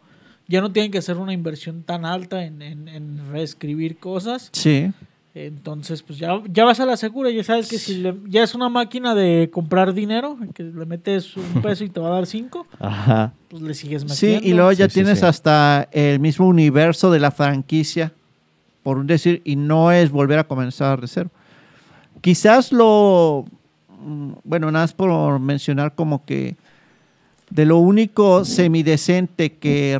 S3: ya no tienen que hacer una inversión tan alta en, en- en reescribir cosas.
S2: Sí.
S3: Entonces, pues ya, ya vas a la segura, ya sabes que si le- ya es una máquina de comprar dinero, que le metes un peso y te va a dar cinco,
S1: Ajá.
S3: pues le sigues
S2: Sí,
S3: metiendo.
S2: y luego ya
S1: Sí, sí,
S2: tienes
S1: sí.
S2: hasta el mismo universo de la franquicia, por decir, y no es volver a comenzar de cero. Quizás lo, mm, bueno, nada más por mencionar como que de lo único semidecente que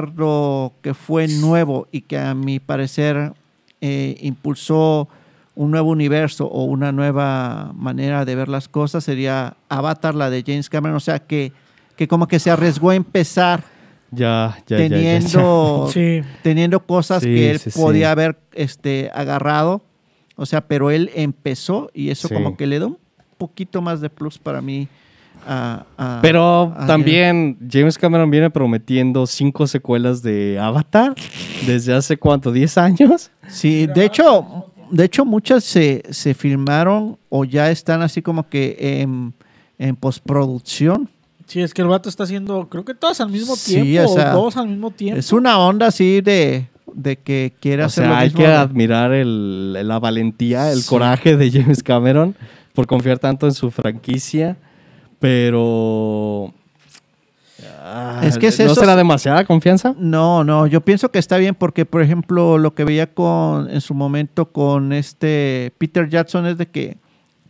S2: recuerdo que fue nuevo y que a mi parecer eh, impulsó un nuevo universo o una nueva manera de ver las cosas sería Avatar, la de James Cameron, o sea que, que como que se arriesgó a empezar
S1: Ya, ya, ya, ya, ya.
S2: teniendo,
S3: Sí.
S2: teniendo cosas
S1: Sí,
S2: que él
S1: sí, sí.
S2: podía haber este, agarrado. O sea, pero él empezó y eso
S1: Sí.
S2: como que le da un poquito más de plus para mí a- a-
S1: Pero
S2: a-
S1: también James Cameron viene prometiendo cinco secuelas de Avatar desde hace cuánto, 10 años.
S2: Sí, de hecho, de hecho muchas se, se filmaron o ya están así como que en, en postproducción.
S3: Sí, es que el vato está haciendo, creo que todas al mismo
S2: Sí,
S3: tiempo,
S2: o sea,
S3: dos al mismo tiempo.
S2: Es una onda así de, de que quiere
S1: O
S2: hacer
S1: sea,
S2: lo
S1: hay
S2: mismo.
S1: que admirar el- la valentía, el
S2: Sí.
S1: coraje de James Cameron por confiar tanto en su franquicia, pero... ah,
S2: Es que es
S1: ¿No
S2: eso-
S1: será demasiada confianza?
S2: No, no, yo pienso que está bien porque, por ejemplo, lo que veía con en su momento con este Peter Jackson es de que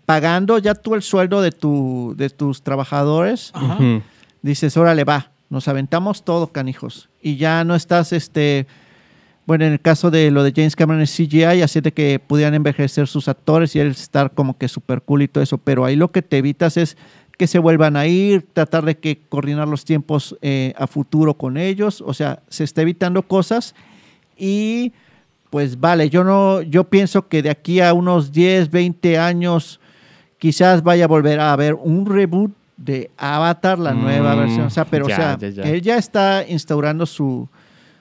S2: pagando ya tú el sueldo de, tu, de tus trabajadores,
S3: Ajá.
S1: Ujú.
S2: dices, órale, va, nos aventamos todo, canijos. Y ya no estás, este, bueno, en el caso de lo de James Cameron es CGI, así de que pudieran envejecer sus actores y él estar como que super cool y todo eso, pero ahí lo que te evitas es que se vuelvan a ir, tratar de que coordinar los tiempos eh, a futuro con ellos, o sea, se está evitando cosas y pues vale, yo no, yo pienso que de aquí a unos 10, 20 años quizás vaya a volver a haber un reboot de Avatar, la nueva
S1: Mm,
S2: versión, o sea, pero
S1: ya,
S2: o sea,
S1: ya, ya.
S2: que él ya está instaurando su,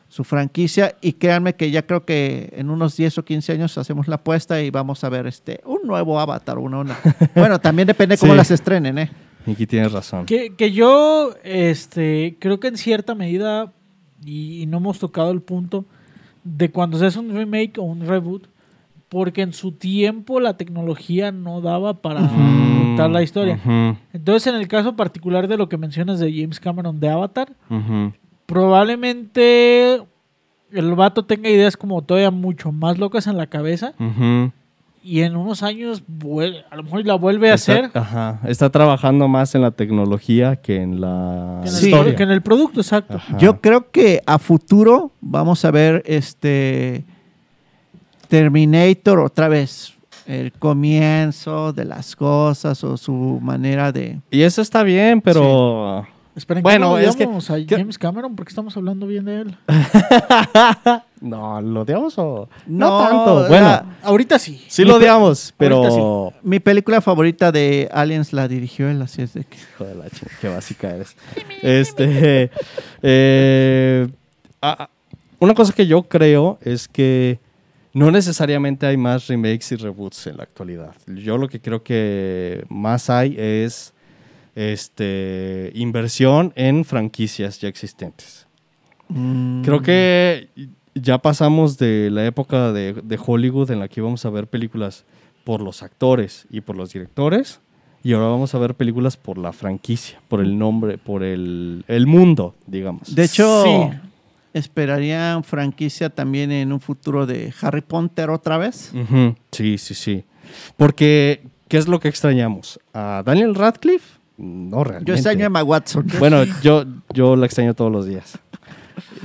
S2: su franquicia y créanme que ya creo que en unos 10 o 15 años hacemos la apuesta y vamos a ver este un nuevo avatar, una onda. Bueno, también depende cómo
S1: Sí.
S2: las estrenen, ¿eh?
S1: Niki, tienes razón.
S3: Que, que yo, este, creo que en cierta medida, y, y no hemos tocado el punto, de cuando se hace un remake o un reboot, porque en su tiempo la tecnología no daba para
S1: Mm,
S3: contar la historia.
S1: ujú,
S3: Entonces, en el caso particular de lo que mencionas de James Cameron de Avatar,
S1: ujú.
S3: probablemente el vato tenga ideas como todavía mucho más locas en la cabeza
S1: Ujú.
S3: y en unos años vuel- a lo mejor la vuelve a
S1: Está-
S3: hacer
S1: Ajá. Está trabajando más en la tecnología que en la
S3: que en,
S2: Sí.
S3: el, pro-
S1: historia.
S3: que en el producto, exacto.
S1: Ajá.
S2: Yo creo que a futuro vamos a ver este Terminator otra vez, el comienzo de las cosas o su manera de
S1: Y eso está bien, pero...
S3: Esperen,
S1: Bueno,
S3: bueno,
S1: es que-
S3: a
S1: que-
S3: James Cameron porque estamos hablando bien de él.
S1: No, ¿lo odiamos o...?
S2: No, la-
S1: Bueno,
S3: Ahorita sí.
S1: sí lo odiamos, pero...
S3: ahorita
S2: mi película favorita de Aliens la dirigió él, así es de que
S1: Hijo de la ching- qué básica eres. Este. eh, a- a- una cosa que yo creo es que no necesariamente hay más remakes y reboots en la actualidad. Yo lo que creo que más hay es este, inversión en franquicias ya existentes.
S2: mm,
S1: Creo que ya pasamos de la época de, de Hollywood en la que íbamos a ver películas por los actores y por los directores. Y ahora vamos a ver películas por la franquicia, por el nombre, por el, el mundo, digamos.
S2: De hecho,
S3: Sí.
S2: esperarían franquicia también en un futuro de Harry Potter otra vez.
S1: Ujú, Sí, sí, sí. Porque, ¿qué es lo que extrañamos? ¿A Daniel Radcliffe? No, realmente.
S2: Yo este extraño a Emma Watson.
S1: Bueno, yo, yo la extraño todos los días.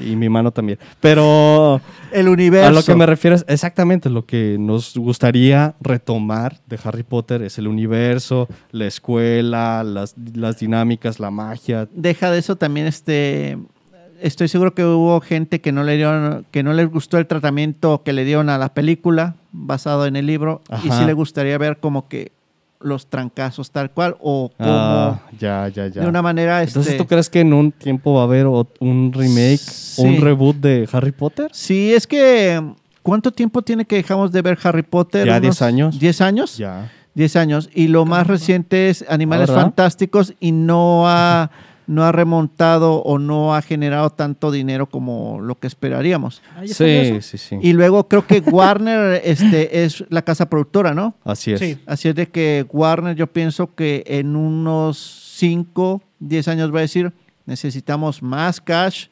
S1: Y mi mano también. Pero...
S2: El universo.
S1: A lo que me refiero es exactamente lo que nos gustaría retomar de Harry Potter es el universo, la escuela, las, las dinámicas, la magia.
S2: Deja de eso también este estoy seguro que hubo gente que no le dieron que no les gustó el tratamiento que le dieron a la película basado en el libro y
S1: Ajá.
S2: sí le gustaría ver como que los trancazos tal cual o como
S1: Ah, ya, ya, ya.
S2: de una manera este
S1: Entonces, ¿tú crees que en un tiempo va a haber ot- un remake,
S2: Sí.
S1: un reboot de Harry Potter?
S2: Sí, es que ¿cuánto tiempo tiene que dejamos de ver Harry Potter?
S1: Ya
S2: ¿Unos
S1: 10 años.
S2: 10 años.
S1: Ya.
S2: 10 años. Y lo más reciente es Animales
S1: Ah, ¿Verdad?
S2: Fantásticos y no ha, no ha remontado o no ha generado tanto dinero como lo que esperaríamos.
S3: Ahí está
S1: Sí,
S3: eso.
S1: sí, sí.
S2: Y luego creo que Warner este, es la casa productora, ¿no?
S1: Así es.
S3: Sí.
S2: Así es de que Warner yo pienso que en unos 5, 10 años va a decir, necesitamos más cash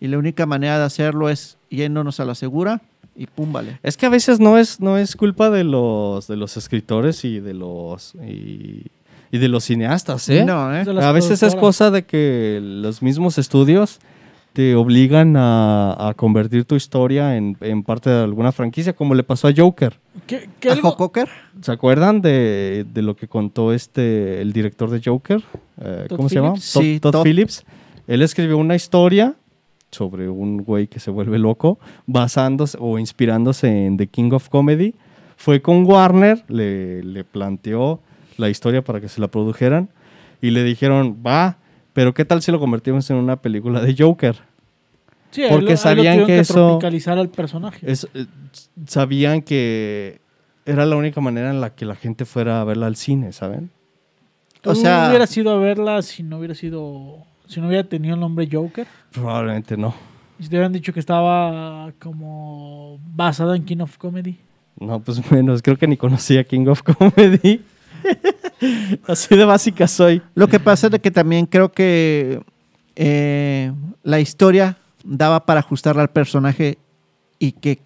S2: y la única manera de hacerlo es yéndonos a la segura y pum, vale.
S1: Es que a veces no es, no es culpa de los, de los escritores y de los, y, y de los cineastas, ¿eh?
S2: No, ¿eh?
S3: Es de las
S1: A veces es
S3: productoras.
S1: cosa de que los mismos estudios te obligan a, a convertir tu historia en, en parte de alguna franquicia, como le pasó a Joker.
S3: Que, que
S2: ¿A
S3: algo-
S2: Joker?
S1: ¿Se acuerdan de, de lo que contó este el director de Joker? Eh,
S3: Todd
S1: ¿Cómo se llama?
S2: Phillips. Sí,
S1: Todd
S2: Todd.
S1: Phillips. Él escribió una historia sobre un güey que se vuelve loco, basándose o inspirándose en The King of Comedy. Fue con Warner, le, le planteó la historia para que se la produjeran. Y le dijeron, va, pero ¿qué tal si lo convertimos en una película de Joker?
S3: Sí, ahí
S1: Porque
S3: lo- ahí lo
S1: sabían
S3: tuvieron
S1: que eso-
S3: tropicalizar al personaje.
S1: Es- eh, s- sabían que era la única manera en la que la gente fuera a verla al cine, ¿saben?
S2: O
S3: O
S2: sea-
S3: sea, no hubieras ido a verla si no hubiera sido si no hubiera tenido el nombre Joker.
S1: Probablemente no.
S3: Y si te hubieran dicho que estaba como basada en King of Comedy.
S1: No, pues menos. Creo que ni conocía King of Comedy. Así de básica soy.
S2: Lo que pasa es de que también creo que eh, la historia daba para ajustarla al personaje y que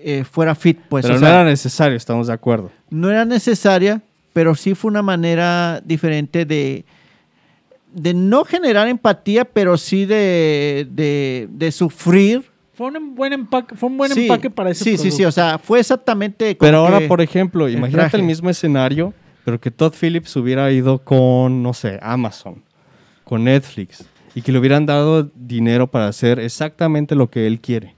S2: eh, fuera fit, pues.
S1: pero
S2: o
S1: no
S2: sea,
S1: era necesario, estamos de acuerdo.
S2: no era necesaria, pero sí fue una manera diferente de, de no generar empatía, pero sí de, de, de sufrir.
S3: Fue un em, buen empaque, fue un buen
S2: Sí,
S3: empaque para ese
S2: Sí, sí, sí, o sea, fue exactamente como
S1: Pero ahora,
S2: que-
S1: por e- ejemplo,
S2: el
S1: imagínate
S2: traje.
S1: el mismo escenario, pero que Todd Phillips hubiera ido con, no sé, Amazon, con Netflix, y que le hubieran dado dinero para hacer exactamente lo que él quiere.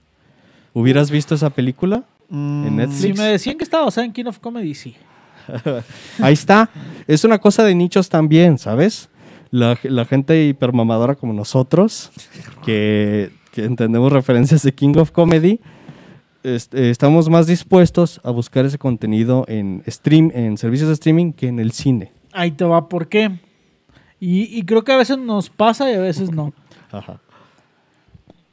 S1: ¿Hubieras visto esa película?
S2: Mm,
S1: en Netflix.
S3: Si me decían que estaba basada en King of Comedy, sí.
S1: Ahí está. Es una cosa de nichos también, ¿sabes? La, la gente hipermamadora como nosotros, que, que entendemos referencias de King of Comedy, este, estamos más dispuestos a buscar ese contenido en, stream, en servicios de streaming que en el cine.
S3: Ahí te va por qué. Y, y creo que a veces nos pasa y a veces no.
S1: Ajá.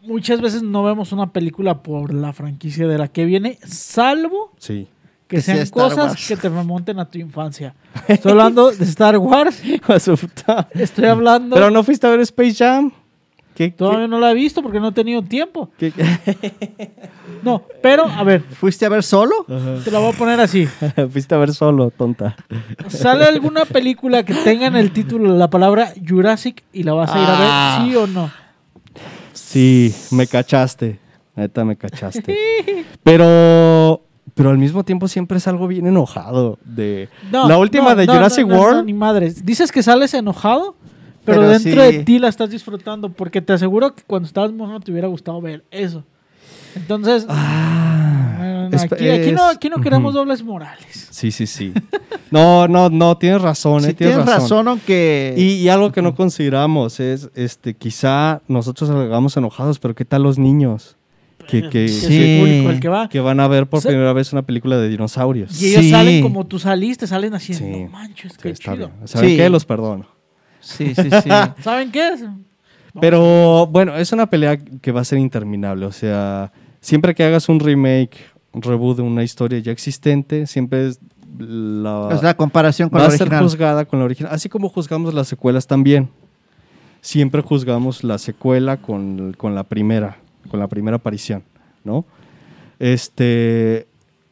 S3: Muchas veces no vemos una película por la franquicia de la que viene, salvo
S1: Sí.
S3: que,
S2: Que sea
S3: sean
S2: Star
S3: cosas
S2: Wars.
S3: que te remonten a tu infancia. Estoy hablando de Star Wars,
S1: Asusta.
S3: estoy hablando...
S1: Pero no fuiste a ver Space Jam. ¿Qué,
S3: Todavía no la he visto porque no he tenido tiempo.
S1: qué- qué-
S3: No, pero a ver,
S2: ¿Fuiste a ver solo?
S3: te la voy a poner así.
S1: fuiste a ver solo, tonta.
S3: ¿Sale alguna película que tenga en el título la palabra Jurassic y la vas a ir a
S2: Ah.
S3: ver, sí o no?
S1: Sí, me cachaste. Neta, me cachaste. Pero, pero al mismo tiempo siempre es algo bien enojado. De
S3: No,
S1: la última
S3: no,
S1: de
S3: no,
S1: Jurassic
S3: no, no,
S1: World.
S3: no, ni madres. Dices que sales enojado, pero,
S2: Pero
S3: dentro
S2: sí.
S3: de ti la estás disfrutando. Porque te aseguro que cuando estabas mono te hubiera gustado ver eso. Entonces, no, no, no,
S1: Ah, es-
S3: aquí, aquí no,
S1: es-
S3: aquí no queremos
S1: Ujú.
S3: dobles morales.
S1: Sí, sí, sí. No, no, no, tienes razón, eh,
S2: Sí, tienes razón, aunque...
S1: Y, y algo que no consideramos es, este, quizá nosotros salgamos enojados, pero ¿qué tal los niños? Que, que,
S3: Es
S2: Sí.
S3: el público el que va.
S1: que- que van a ver por
S3: Sí.
S1: primera vez una película de dinosaurios.
S3: Y ellos
S2: Sí.
S3: salen como tú saliste, salen así,
S1: Sí.
S3: no manches,
S1: Sí,
S3: qué
S1: está
S3: chido.
S1: bien. ¿Saben
S2: Sí.
S1: qué? Los perdono.
S2: Sí, sí, sí.
S3: ¿Saben qué es?
S1: Pero bueno, es una pelea que va a ser interminable. O sea, siempre que hagas un remake, un reboot de una historia ya existente, siempre es la,
S2: es la comparación con
S1: va
S2: la
S1: a ser
S2: original.
S1: juzgada con la original. Así como juzgamos las secuelas también. Siempre juzgamos la secuela con, con la primera, con la primera aparición, ¿no? Este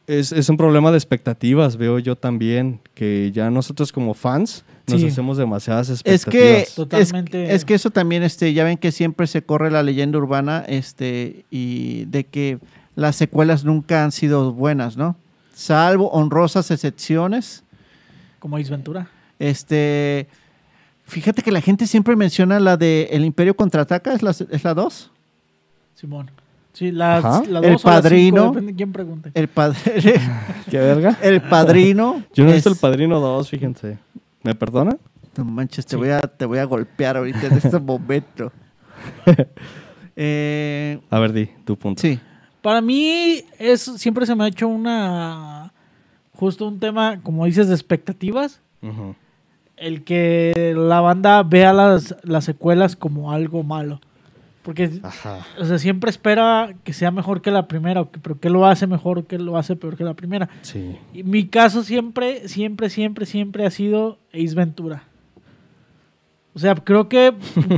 S1: es, es un problema de expectativas, veo yo también, que ya nosotros como fans nos
S3: Sí.
S1: hacemos demasiadas
S2: Es que,
S1: expectativas.
S2: es-
S3: Totalmente.
S2: Es, que eso también, este, ya ven que siempre se corre la leyenda urbana, este, y de que las secuelas nunca han sido buenas, ¿no? Salvo honrosas excepciones.
S3: Como Ace Ventura.
S2: Este, fíjate que la gente siempre menciona la de El Imperio contraataca, es la 2.
S3: Simón. Sí, las,
S1: Ajá.
S3: las dos o
S2: El
S3: las cinco,
S2: Padrino.
S3: depende de quién pregunte.
S2: el, padre,
S1: ¿Qué verga?
S2: el padrino.
S1: Yo no he
S2: es-
S1: visto El Padrino 2, fíjense. ¿Me perdonan?
S2: No manches, te, voy a, te voy a golpear ahorita en este momento. Eh,
S1: A ver, di tu punto.
S2: sí.
S3: Para mí es siempre se me ha hecho una justo un tema como dices de expectativas,
S1: Ujú.
S3: el que la banda vea las las secuelas como algo malo. Porque
S1: Ajá.
S3: o sea, siempre espera que sea mejor que la primera, o que, pero que lo hace mejor o que lo hace peor que la primera.
S1: Sí.
S3: Y mi caso siempre, siempre, siempre, siempre ha sido Ace Ventura. O sea, creo que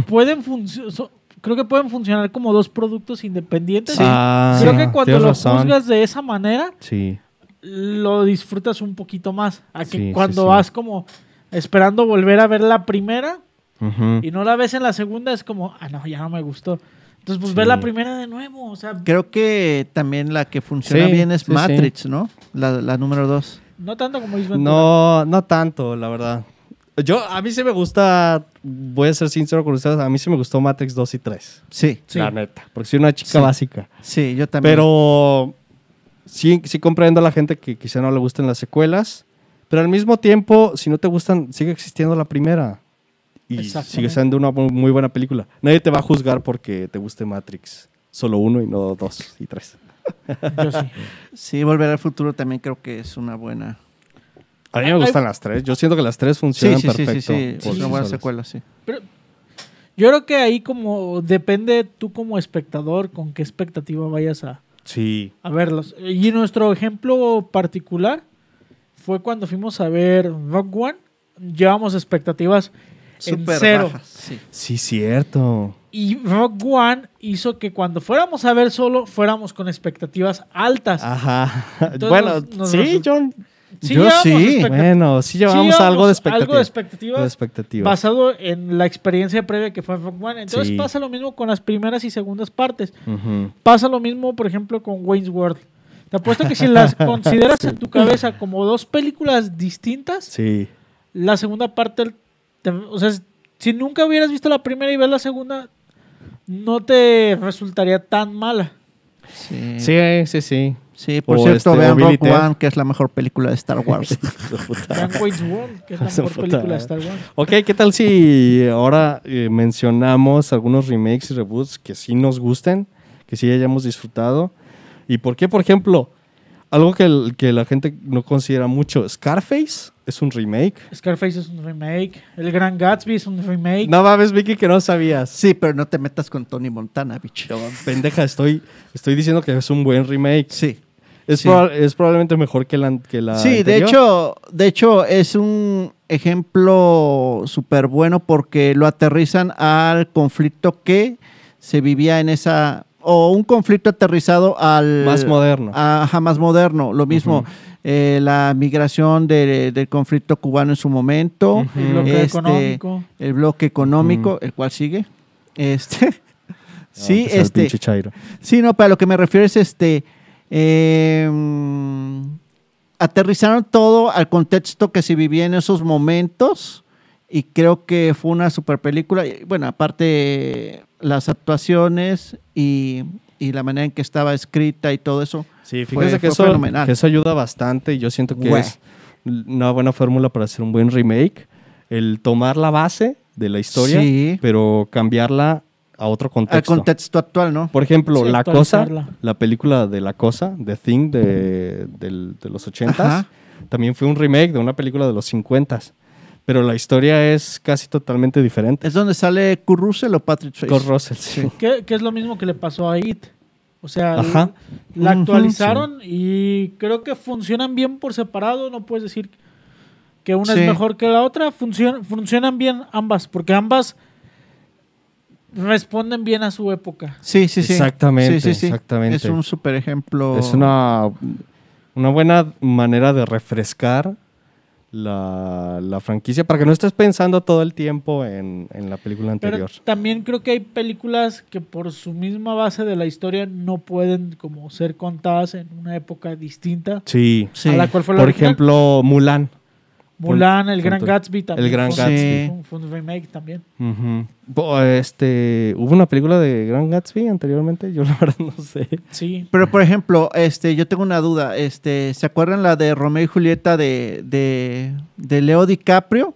S3: pueden funcio- so- creo que pueden funcionar como dos productos independientes.
S1: Ah,
S3: Creo
S1: sí,
S3: que cuando
S1: tienes
S3: lo
S1: razón.
S3: juzgas de esa manera,
S1: Sí.
S3: lo disfrutas un poquito más. A
S1: Sí,
S3: que
S1: sí,
S3: cuando
S1: sí.
S3: vas como esperando volver a ver la primera
S1: Ujú.
S3: y no la ves en la segunda, es como, ah, no, ya no me gustó. Entonces, pues
S1: Sí.
S3: ve la primera de nuevo. O sea,
S2: Creo que también la que funciona
S1: Sí,
S2: bien es
S1: sí, sí.
S2: Matrix, ¿no? La, la número dos.
S3: no tanto como Ace Ventura.
S1: No, no tanto, la verdad. Yo, a mí sí me gusta, voy a ser sincero con ustedes, a mí sí me gustó Matrix 2 y 3.
S2: Sí,
S3: Sí.
S1: La neta. Porque soy una chica
S2: Sí.
S1: básica.
S2: sí, yo también.
S1: Pero sí, sí comprendo a la gente que quizá no le gusten las secuelas, pero al mismo tiempo, si no te gustan, sigue existiendo la primera. Y
S3: Exactamente.
S1: sigue siendo una mu- muy buena película. Nadie te va a juzgar porque te guste Matrix. Solo uno y no dos y tres.
S3: Yo sí.
S2: Sí, Volver al Futuro también creo que es una buena.
S1: A mí me
S3: Hay-
S1: gustan las tres. Yo siento que las tres
S2: Sí,
S1: funcionan
S2: sí, sí,
S1: perfecto.
S2: sí, sí,
S1: por
S2: es una buena
S1: solas.
S2: secuela, sí.
S3: Yo creo que ahí como depende tú como espectador con qué expectativa vayas a,
S1: Sí.
S3: a verlos. Y nuestro ejemplo particular fue cuando fuimos a ver Rock One. Llevamos expectativas en
S2: Súper
S3: cero.
S2: bajas, sí.
S1: Sí, cierto.
S3: Y Rock One hizo que cuando fuéramos a ver solo, fuéramos con expectativas altas.
S1: Ah, Ajá.
S3: Entonces
S1: bueno,
S3: nos- nos
S1: sí,
S3: resulta-
S1: John.
S3: Sí
S1: yo
S3: llevamos
S1: sí.
S3: expecta-
S1: Bueno, sí llevamos
S3: Sí,
S1: algo de
S3: llevamos
S1: expectativa.
S3: algo de expectativas
S1: De expectativa.
S3: basado en la experiencia previa que fue en Rock One. Entonces
S1: Sí.
S3: pasa lo mismo con las primeras y segundas partes.
S1: Ujú.
S3: Pasa lo mismo, por ejemplo, con Wayne's World. Te apuesto que si las consideras en tu cabeza como dos películas distintas,
S1: Sí.
S3: la segunda parte, te- o sea, si nunca hubieras visto la primera y ves la segunda, no te resultaría tan mala.
S2: Sí. sí.
S1: Sí, eh, sí, sí.
S2: por
S1: O
S2: cierto,
S1: este, o
S2: vean
S1: Billy
S2: Rock
S1: Ted.
S2: One, que es la mejor película de Star Wars.
S3: Vean Wayne's World, que es la
S1: Esa eh.
S3: mejor
S1: puta
S3: película de
S1: madre.
S3: Star Wars.
S1: Ok, ¿qué tal si ahora eh, mencionamos algunos remakes y reboots que sí nos gusten, que sí hayamos disfrutado? ¿Y por qué, por ejemplo, algo que, el- que la gente no considera mucho, Scarface es un remake?
S3: Scarface es un remake, El Gran Gatsby es un remake.
S1: No mames, Vicky, que no sabías.
S2: sí, pero no te metas con Tony Montana, bicho.
S1: Pendeja, estoy, estoy diciendo que es un buen remake.
S2: Sí.
S1: Es,
S2: Sí.
S1: proba- es probablemente mejor que la, an- que la
S2: Sí, de
S1: anterior.
S2: hecho, de hecho es un ejemplo súper bueno porque lo aterrizan al conflicto que se vivía en esa o un conflicto aterrizado al
S1: Más moderno.
S2: Ajá, más moderno. Lo mismo
S1: Ujú.
S2: eh, la migración de- del conflicto cubano en su momento,
S1: Ujú.
S3: El bloque
S2: Este,
S3: económico.
S2: el bloque económico, el cual sigue. Este,
S1: Ah,
S2: sí,
S1: pues, el
S2: este,
S1: pinche Chairo.
S2: Sí, no, pero a lo que me refiero es este. eh, mm, aterrizaron todo al contexto que se vivía en esos momentos. Y creo que fue una super película. Y, Bueno, aparte las actuaciones y, y la manera en que estaba escrita y todo eso.
S1: Sí,
S2: Fue-
S1: fíjese que,
S2: fue
S1: eso,
S2: fenomenal.
S1: que eso ayuda bastante y yo siento que
S2: Güey.
S1: es una buena fórmula para hacer un buen remake. El tomar la base de la historia,
S2: Sí.
S1: pero cambiarla a otro
S2: Al
S1: contexto.
S2: contexto actual, ¿no?
S1: Por ejemplo,
S3: Sí,
S1: La Cosa,
S3: actualizarla.
S1: la película de La Cosa, The Thing de, del- de los 80s,
S2: Ajá.
S1: también fue un remake de una película de los 50s. Pero la historia es casi totalmente diferente.
S2: Es donde sale Kurt Russell o Patrick Swayze.
S1: Kurt Russell, sí.
S3: Que, que es lo mismo que le pasó a It. O sea,
S1: Ajá.
S3: la
S2: Ujú,
S3: actualizaron y creo que funcionan bien por separado. No puedes decir que una
S2: Sí.
S3: es mejor que la otra. Funcion- funcionan bien ambas, porque ambas responden bien a su época.
S2: Sí, sí, sí.
S1: Exactamente,
S2: Sí, sí, sí.
S1: exactamente.
S2: Es un super ejemplo.
S1: Es una, una buena manera de refrescar la, la franquicia para que no estés pensando todo el tiempo en, en la película
S3: Pero
S1: anterior.
S3: también creo que hay películas que por su misma base de la historia no pueden como ser contadas en una época distinta
S1: sí.
S2: Sí.
S3: a la cual fue la
S1: Por
S3: original.
S1: ejemplo, Mulan.
S3: Mulan, el Gran
S1: punto.
S3: Gatsby también.
S1: El Gran
S3: fue-
S2: Gatsby.
S3: fue un- Fue un remake también.
S1: Ujú. Bo- este, Hubo una película de Gran Gatsby anteriormente, yo la verdad no sé.
S3: Sí.
S2: Pero por ejemplo, este, yo tengo una duda. Este, ¿se acuerdan la de Romeo y Julieta de, de, de Leo DiCaprio?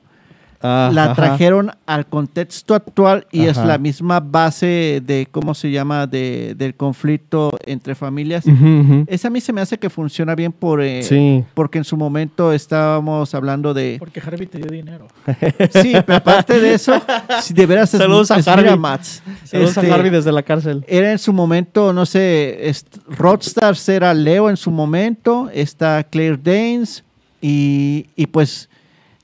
S1: Ah,
S2: la
S1: ajá.
S2: trajeron al contexto actual y es
S1: Ajá.
S2: la misma base de cómo se llama de, del conflicto entre familias.
S1: Ujú, ujú.
S2: Esa a mí se me hace que funciona bien por eh,
S1: Sí.
S2: porque en su momento estábamos hablando de
S3: Porque Harvey te dio dinero.
S2: sí, pero aparte de eso, si de veras es-
S1: Saludos a
S2: es
S1: Harvey.
S2: Miramax.
S1: Saludos a
S2: Este,
S1: Harvey desde la cárcel.
S2: era en su momento, no sé, est- Rockstars era Leo en su momento, está Claire Danes y, y pues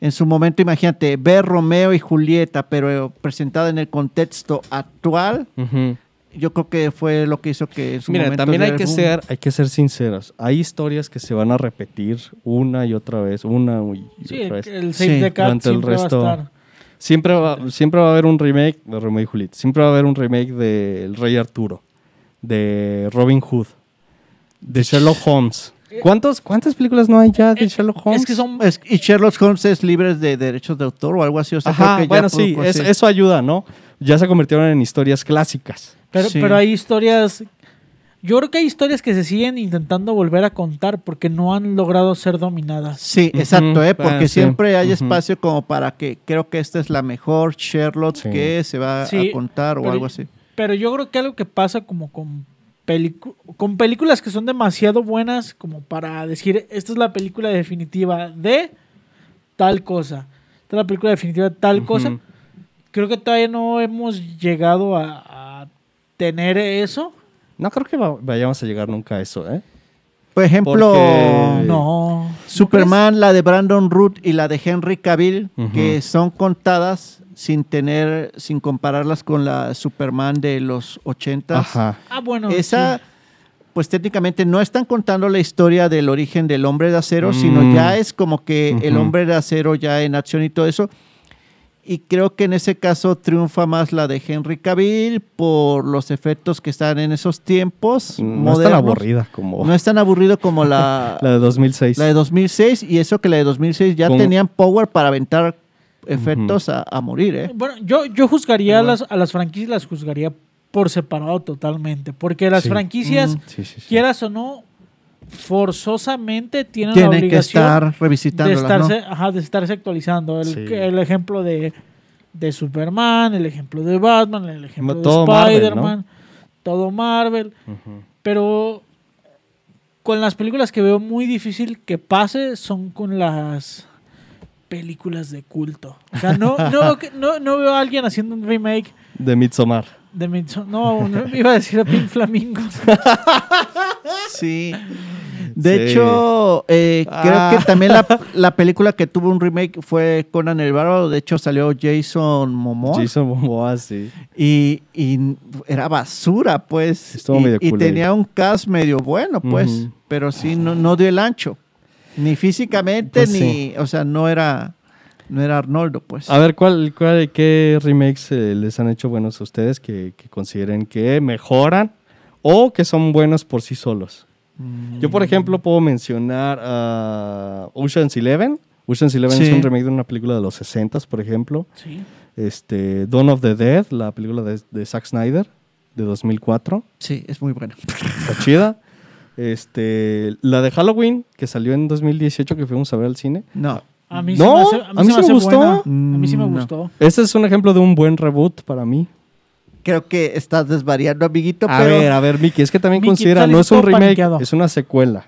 S2: en su momento, imagínate, ver Romeo y Julieta, pero presentada en el contexto actual,
S1: Ujú.
S2: yo creo que fue lo que hizo que en su
S1: Mira,
S2: momento
S1: también hay
S2: diera
S1: que,
S2: el boom.
S1: ser, hay que ser sinceros. Hay historias que se van a repetir una y otra vez, una y y
S3: Sí,
S1: otra
S3: el,
S1: vez.
S3: el Save
S2: Sí,
S3: the Cat
S1: durante el
S3: siempre
S1: resto-
S3: va a estar.
S1: Siempre va, siempre va a haber un remake de Romeo y Julieta. Siempre va a haber un remake de El Rey Arturo, de Robin Hood, de Sherlock Holmes. ¿Cuántos, ¿Cuántas películas no hay ya de Sherlock Holmes?
S3: eh, Es que son...
S2: Es- y Sherlock Holmes es libre de derechos de autor o algo así. O sea, creo
S1: Ajá,
S2: que ya
S1: bueno,
S2: pudo
S1: sí, es-
S2: conseguir-
S1: eso ayuda, ¿no? Ya se convirtieron en historias clásicas.
S3: Pero,
S2: Sí.
S3: pero hay historias Yo creo que hay historias que se siguen intentando volver a contar porque no han logrado ser dominadas.
S2: Sí,
S1: Ujú,
S2: exacto, ¿eh? porque
S1: ah, sí,
S2: siempre hay
S1: ujú.
S2: espacio como para que creo que esta es la mejor Sherlock
S1: Sí.
S2: que se va
S3: Sí,
S2: a contar o
S3: pero-
S2: algo así.
S3: Pero yo creo que algo que pasa como con, pelicu- con películas que son demasiado buenas como para decir, esta es la película definitiva de tal cosa. Esta es la película definitiva de tal cosa.
S1: Ujú.
S3: Creo que todavía no hemos llegado a, a tener eso.
S1: No creo que va- vayamos a llegar nunca a eso, ¿eh?
S2: Por ejemplo,
S1: Porque- Sí.
S3: No.
S2: Superman, la de Brandon Root y la de Henry Cavill,
S1: Ujú.
S2: que son contadas sin tener, sin compararlas con la Superman de los 80.
S1: Ajá.
S3: Ah, bueno.
S2: Esa,
S3: sí.
S2: pues técnicamente no están contando la historia del origen del hombre de acero,
S1: Mm.
S2: sino ya es como que el
S1: Ujú.
S2: hombre de acero ya en acción y todo eso. Y creo que en ese caso triunfa más la de Henry Cavill por los efectos que están en esos tiempos.
S1: Mm, No es tan
S2: modernos.
S1: aburrida como
S2: No es tan aburrido como la,
S1: la de 2006.
S2: la de 2006 y eso que la de 2006 ya
S1: Como-
S2: tenían power para aventar efectos a, a morir, ¿eh?
S3: Bueno, yo, yo juzgaría a, las, a las franquicias, las juzgaría por separado totalmente. Porque las
S1: Sí.
S3: franquicias,
S2: Mm.
S1: Sí, sí, sí.
S3: quieras o no, forzosamente tienen, la
S2: Tienen que
S3: obligación
S2: estar
S3: de
S2: revisitándolas, ¿no?
S3: estarse, ajá, de estarse actualizando. El,
S1: Sí.
S3: el ejemplo de, de Superman, el ejemplo de Batman, el ejemplo
S1: Todo
S3: de
S1: Marvel,
S3: Spider-Man, todo Marvel.
S1: Ujú.
S3: Pero con las películas que veo muy difícil que pase son con las películas de culto. O sea, no, no, no, no veo a alguien haciendo un remake
S1: De Midsommar.
S3: de Midsommar. No, no, iba a decir a Pink Flamingos.
S2: Sí. De
S1: Sí.
S2: hecho, eh,
S1: Ah.
S2: creo que también la, la película que tuvo un remake fue Conan el Bárbaro. De hecho, salió Jason Momoa.
S1: Jason Momoa, sí.
S2: Y, y era basura, pues.
S1: Estuvo
S2: y,
S1: medio
S2: y
S1: cool ahí.
S2: tenía un cast medio bueno, pues.
S1: Ujú.
S2: Pero sí, no, no dio el ancho. Ni físicamente,
S1: Pues
S2: ni.
S1: sí.
S2: O sea, no era. No era Arnoldo, pues.
S1: A ver, ¿cuál, cuál, ¿qué remakes eh, les han hecho buenos a ustedes que, que consideren que mejoran o que son buenos por sí solos?
S2: Mm.
S1: Yo, por ejemplo, puedo mencionar a Ocean's Eleven. Ocean's Eleven
S2: Sí.
S1: es un remake de una película de los 60 por ejemplo.
S3: Sí.
S1: Este, Dawn of the Dead, la película de, de Zack Snyder, de 2004.
S2: Sí, es muy bueno.
S1: Está chida. Este, la de Halloween, que salió en 2018, que fuimos a ver al cine.
S2: No.
S3: A mí
S1: No,
S3: se me hace, a mí se me hace
S1: gustó.
S3: buena. A mí sí me
S2: Mm, no.
S3: gustó.
S1: Ese es un ejemplo de un buen reboot para mí.
S2: Creo que estás desvariando, amiguito.
S1: A
S2: pero
S1: ver, a ver, Miki, es que también
S3: Miki,
S1: considera,
S3: sales
S1: no es un
S3: todo
S1: remake,
S3: paniqueado.
S1: es una secuela.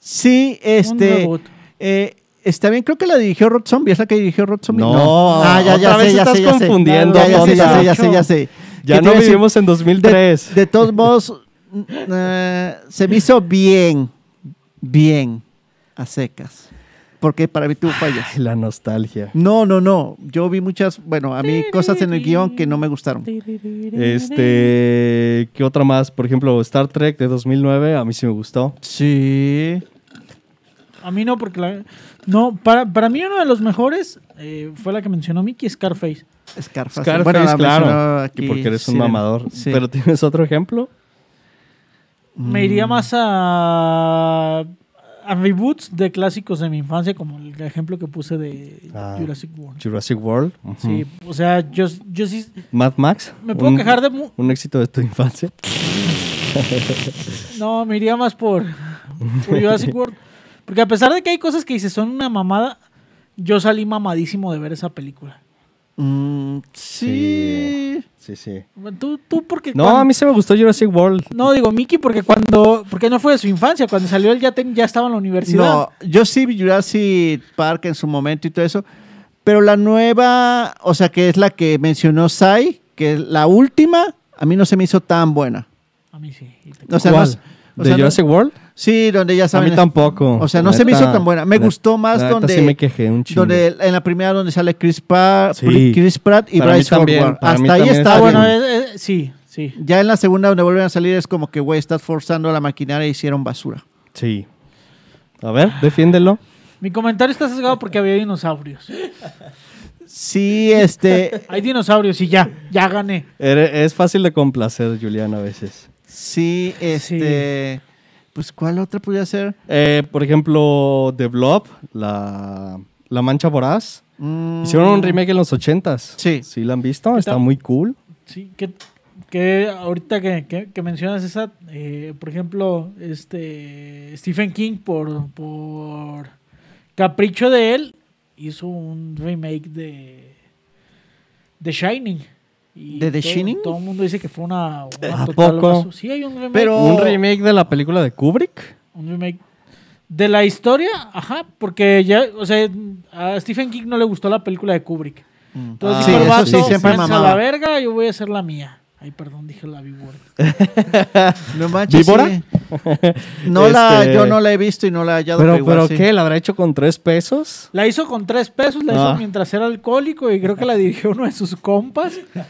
S2: Sí,
S3: Un
S2: este.
S3: reboot.
S2: Eh, está bien, creo que la dirigió Rod Zombie. ¿Es la que dirigió Rod Zombie?
S1: No.
S2: Ah, ya, ya
S1: Otra
S2: sé,
S1: vez
S2: ya
S1: estás
S2: sé, ya sé.
S1: confundiendo,
S2: Ya, ya sé, ya
S1: tonta.
S2: sé, ya sé, ya sé.
S1: Ya
S2: ¿Qué
S1: no
S2: te iba a decir?
S1: vivimos en 2003.
S2: De, de todos modos, mm, eh, se me hizo bien, bien, a secas. Porque para mí tuvo fallas.
S1: Ay, la nostalgia.
S2: No, no, no. Yo vi muchas, bueno, a mí cosas en el guión que no me gustaron.
S1: Este, ¿qué otra más? Por ejemplo, Star Trek de 2009, a mí sí me
S2: Ah,
S1: gustó.
S2: Sí.
S3: A mí no, porque la- No, para, para mí uno de los mejores eh, fue la que mencionó Mickey, Scarface.
S2: Scarface.
S1: Scarface,
S2: Bueno, la mencionaba
S1: claro,
S2: aquí,
S1: porque eres un
S2: sí,
S1: mamador.
S2: sí.
S1: Pero tienes otro ejemplo.
S3: Me iría más a, a reboots de clásicos de mi infancia, como el ejemplo que puse de
S1: Ah.
S3: Jurassic World.
S1: Jurassic World, ujú.
S3: Sí, o sea, yo, yo sí
S1: Mad Max.
S3: me puedo
S1: un-
S3: quejar de... mu-
S1: un éxito de tu infancia.
S3: No, me iría más por, por Jurassic World. Porque a pesar de que hay cosas que dices son una mamada, yo salí mamadísimo de ver esa película.
S2: Mm, sí.
S1: Sí, sí.
S3: Tú, tú porque...
S1: No,
S3: cuando-
S1: a mí se me gustó Jurassic World.
S3: No, digo Mickey porque cuando... Porque no fue de su infancia, cuando salió él ya, ten- ya estaba en la universidad.
S2: No, yo sí vi Jurassic Park en su momento y todo eso, pero la nueva, o sea, que es la que mencionó Sai, que es la última, a mí no se me hizo tan buena.
S3: A mí sí. y te-
S2: O sea,
S1: ¿Cuál?
S2: no- o
S1: ¿De
S2: sea, no-
S1: Jurassic World?
S2: Sí, donde ya
S1: A
S2: saben.
S1: mí tampoco.
S2: O sea, no
S1: La
S2: se me hizo
S1: neta-
S2: tan buena. Me
S1: la-
S2: gustó más
S1: la neta
S2: donde,
S1: sí me quejé un chingo.
S2: donde en la primera donde sale Chris, Pa-
S1: Sí.
S2: Chris Pratt y
S1: Para mí
S2: Bryce
S1: también,
S2: Howard.
S1: para mí
S2: Hasta ahí
S1: también
S2: está
S3: Ah,
S1: está
S2: bien.
S3: bueno, eh, eh, sí, sí.
S2: Ya en la segunda donde vuelven a salir es como que, güey, estás forzando la maquinaria y hicieron basura.
S1: Sí. A ver, defiéndelo.
S3: Mi comentario está sesgado porque había dinosaurios.
S2: Sí, este,
S3: Hay dinosaurios y ya, ya gané.
S1: Ere- Es fácil de complacer, Julián, a veces.
S2: Sí, este. Pues, ¿cuál otra podría ser?
S1: Eh, por ejemplo, The Blob, la, la Mancha Voraz.
S2: Mm,
S1: Hicieron un remake en los 80s.
S2: Sí.
S1: ¿Sí la han visto?
S3: ¿Qué
S1: Está
S3: tal?
S1: muy cool.
S3: Sí, que que ahorita que, que- que mencionas esa, eh, por ejemplo, este Stephen King por, por capricho de él hizo un remake de The Shining. Y
S2: ¿De The
S3: todo-
S2: Shining?
S3: Todo el mundo dice que fue una, una
S1: ¿A
S3: total
S1: poco?
S3: basura. Sí, hay un remake.
S2: Pero-
S1: ¿Un remake de la película de Kubrick?
S3: Un remake de la historia, ajá, porque ya, o sea, a Stephen King no le gustó la película de Kubrick. Entonces
S2: Ah,
S3: dijo el
S2: sí, eso
S3: vato,
S2: sí, siempre
S3: "Váyanse a
S2: mamaba.
S3: la verga, yo voy a hacer la mía. Ay, perdón, dije la B-word.
S2: No manches,
S1: ¿Víbora?
S2: sí. No la,
S1: Este-
S2: yo no la he visto y no la he hallado.
S1: Pero,
S2: igual
S1: pero
S2: sí.
S1: ¿qué? ¿La habrá hecho con tres pesos?
S3: La hizo con tres pesos, la hizo
S1: Ah.
S3: mientras era alcohólico y creo que la dirigió uno de sus compas.
S2: Creo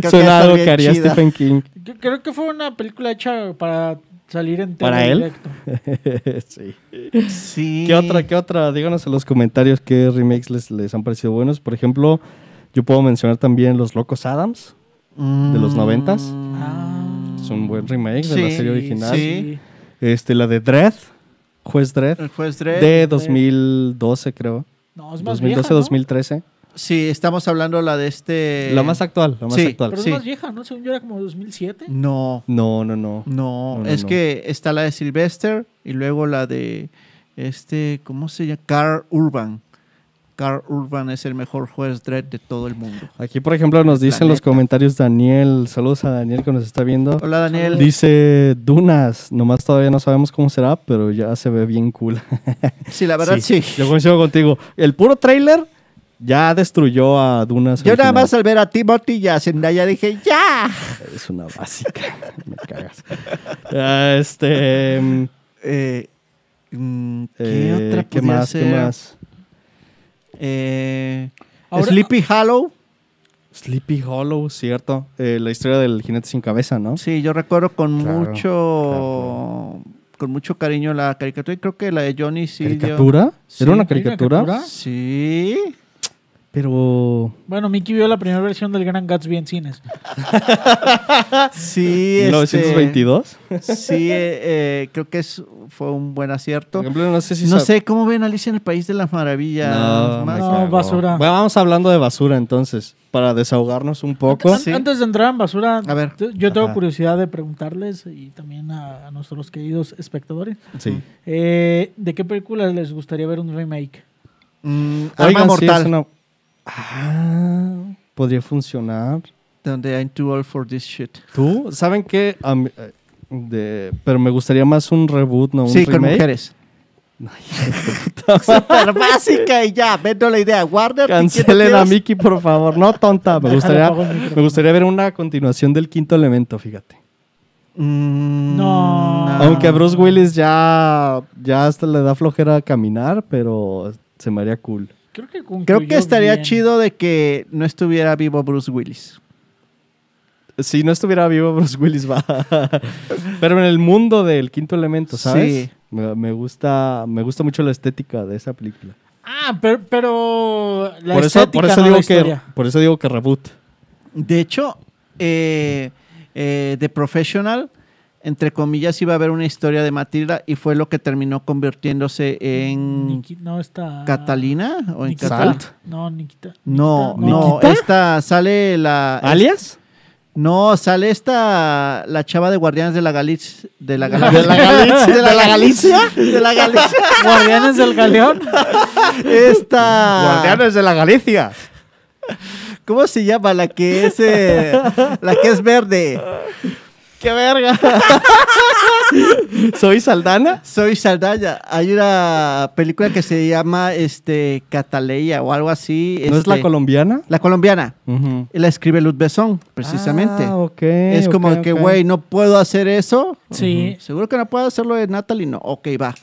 S2: que
S1: Suena
S2: está
S1: algo
S2: bien
S1: que haría
S2: chida.
S1: Stephen King.
S3: Yo Creo que fue una película hecha para salir en tele
S1: ¿Para él?
S3: directo.
S2: Mm.
S1: sí.
S2: Sí.
S1: ¿Qué otra, qué otra? Díganos en los comentarios qué remakes les, les han parecido buenos. Por ejemplo, yo puedo mencionar también Los Locos Adams. de
S2: Mm.
S1: los noventas?
S3: Ah.
S1: Es un buen remake de la
S2: Sí,
S1: serie original.
S2: sí.
S1: Este, la de Dredd, Juez Dredd,
S2: El juez Dredd.
S1: de 2012 creo.
S3: No,
S2: Pues
S3: es más
S1: 2012,
S3: 2012,
S1: 2013.
S2: Sí, estamos hablando la de este.
S1: La más actual, la más
S2: sí,
S1: actual.
S3: Pero
S2: Sí. Mm.
S3: es más vieja, ¿no? Según yo era como 2007.
S2: No,
S1: No, no, no.
S2: no.
S1: No, no,
S2: es
S1: no.
S2: que está la de Sylvester y luego la de este, ¿cómo se llama? Carl Urban. Carl Urban es el mejor juez Dredd de todo el mundo.
S1: Aquí, por ejemplo, nos dicen en los
S2: neta.
S1: comentarios Daniel. Saludos a Daniel que nos está viendo.
S2: Hola Daniel.
S1: Dice Dunas. Nomás todavía no sabemos cómo será, pero ya se ve bien cool.
S2: Sí, la verdad sí.
S1: Yo coincido contigo. El puro trailer ya destruyó a Dunas.
S2: Yo nada
S1: original.
S2: más al ver a Timothy y a Zendaya dije, ¡ya!
S1: Es una básica. Me cagas. Ah, este. mm,
S2: Eh, mm, ¿Qué
S1: eh,
S2: otra
S1: ¿Qué
S2: podía
S1: más?
S2: ser?
S1: ¿Qué más?
S2: Eh,
S3: Ahora-
S2: Sleepy Hollow.
S1: Sleepy Hollow, cierto. Eh, la historia del jinete sin cabeza, ¿no?
S2: Sí, yo recuerdo con
S1: Claro,
S2: mucho con mucho cariño la caricatura y creo que la de Johnny sí dio-
S1: ¿Caricatura?
S2: Sí,
S1: ¿Era una
S3: ¿era una
S1: caricatura?
S3: caricatura?
S2: Sí.
S1: Pero.
S3: Bueno, Mickey vio la primera versión del Gran Gatsby en cines.
S2: Sí, este,
S1: 1922.
S2: sí, eh, eh, creo que es, fue un buen acierto.
S1: Por ejemplo, no sé si.
S2: no
S1: sab-
S2: sé cómo ven Alicia en el País de las Maravillas.
S1: No, me
S2: Más-
S3: No,
S1: cagó.
S3: basura.
S1: Bueno, vamos hablando de basura entonces, para desahogarnos un poco.
S3: An- Antes de entrar en basura,
S2: A ver.
S3: t- yo tengo
S1: Ajá.
S3: curiosidad de preguntarles y también a, a nuestros queridos espectadores,
S1: Sí.
S3: eh, ¿de qué películas les gustaría ver un remake?
S2: Mm, Arma
S1: Oigan, sí,
S2: Mortal.
S1: es una- Ah, podría funcionar.
S2: Donde I'm too old for this shit.
S1: ¿Tú? ¿Saben qué? A mí- eh, de- pero me gustaría más un reboot, no un
S2: sí, con
S1: remake.
S2: mujeres. Super básica y ya, vendo la idea. Warner, ¿y quién te
S1: Cancelen a
S2: quedas?
S1: Mickey, por favor. No, tonta. Me
S3: Déjale,
S1: gustaría,
S3: apago el micrófono.
S1: me gustaría ver una continuación del quinto elemento, fíjate.
S2: Mm,
S3: No.
S1: Aunque a Bruce Willis ya, ya hasta le da flojera caminar, pero se me haría cool.
S3: Creo que, concluyó
S2: Mm, Creo que estaría
S3: bien.
S2: chido de que no estuviera vivo Bruce Willis.
S1: Si no estuviera vivo, Bruce Willis va. Pero en el mundo del quinto elemento, ¿sabes?
S2: Sí.
S1: Me, me gusta, me gusta mucho la estética de esa película.
S3: Ah, pero, pero la
S1: por, eso,
S3: estética,
S1: por, eso
S3: no
S1: digo
S3: la
S1: que,
S3: historia.
S1: por eso digo que reboot.
S2: De hecho, eh, eh, The Professional, entre comillas, iba a haber una historia de Matilda y fue lo que terminó convirtiéndose en
S3: Niki- no está...
S2: Catalina o en
S3: Nikita-
S2: Catal-
S1: Salt.
S3: No, Nikita.
S2: No,
S3: Nikita,
S2: no, esta sale la.
S1: ¿Alias?
S2: No, sale esta la chava de Guardianes de la Galicia. De la
S1: ¿De la Galicia?
S2: ¿De la Galicia? De la Galicia.
S3: Guardianes del Galeón.
S2: Esta.
S1: de la Galicia.
S2: ¿Cómo se llama la que es eh, la que es verde?
S1: ¡Qué verga! ¿Soy Saldana?
S2: Soy Saldana. Hay una película que se llama este Cataleya o algo así.
S1: ¿No es la
S2: este,
S1: colombiana?
S2: la colombiana. La escribe Luz Besón, precisamente.
S1: Ah, ok,
S2: es como
S1: ok,
S2: que,
S1: ok.
S2: güey, no puedo hacer eso.
S3: Sí.
S2: Seguro que no puedo hacerlo de Natalie. No, ok, va.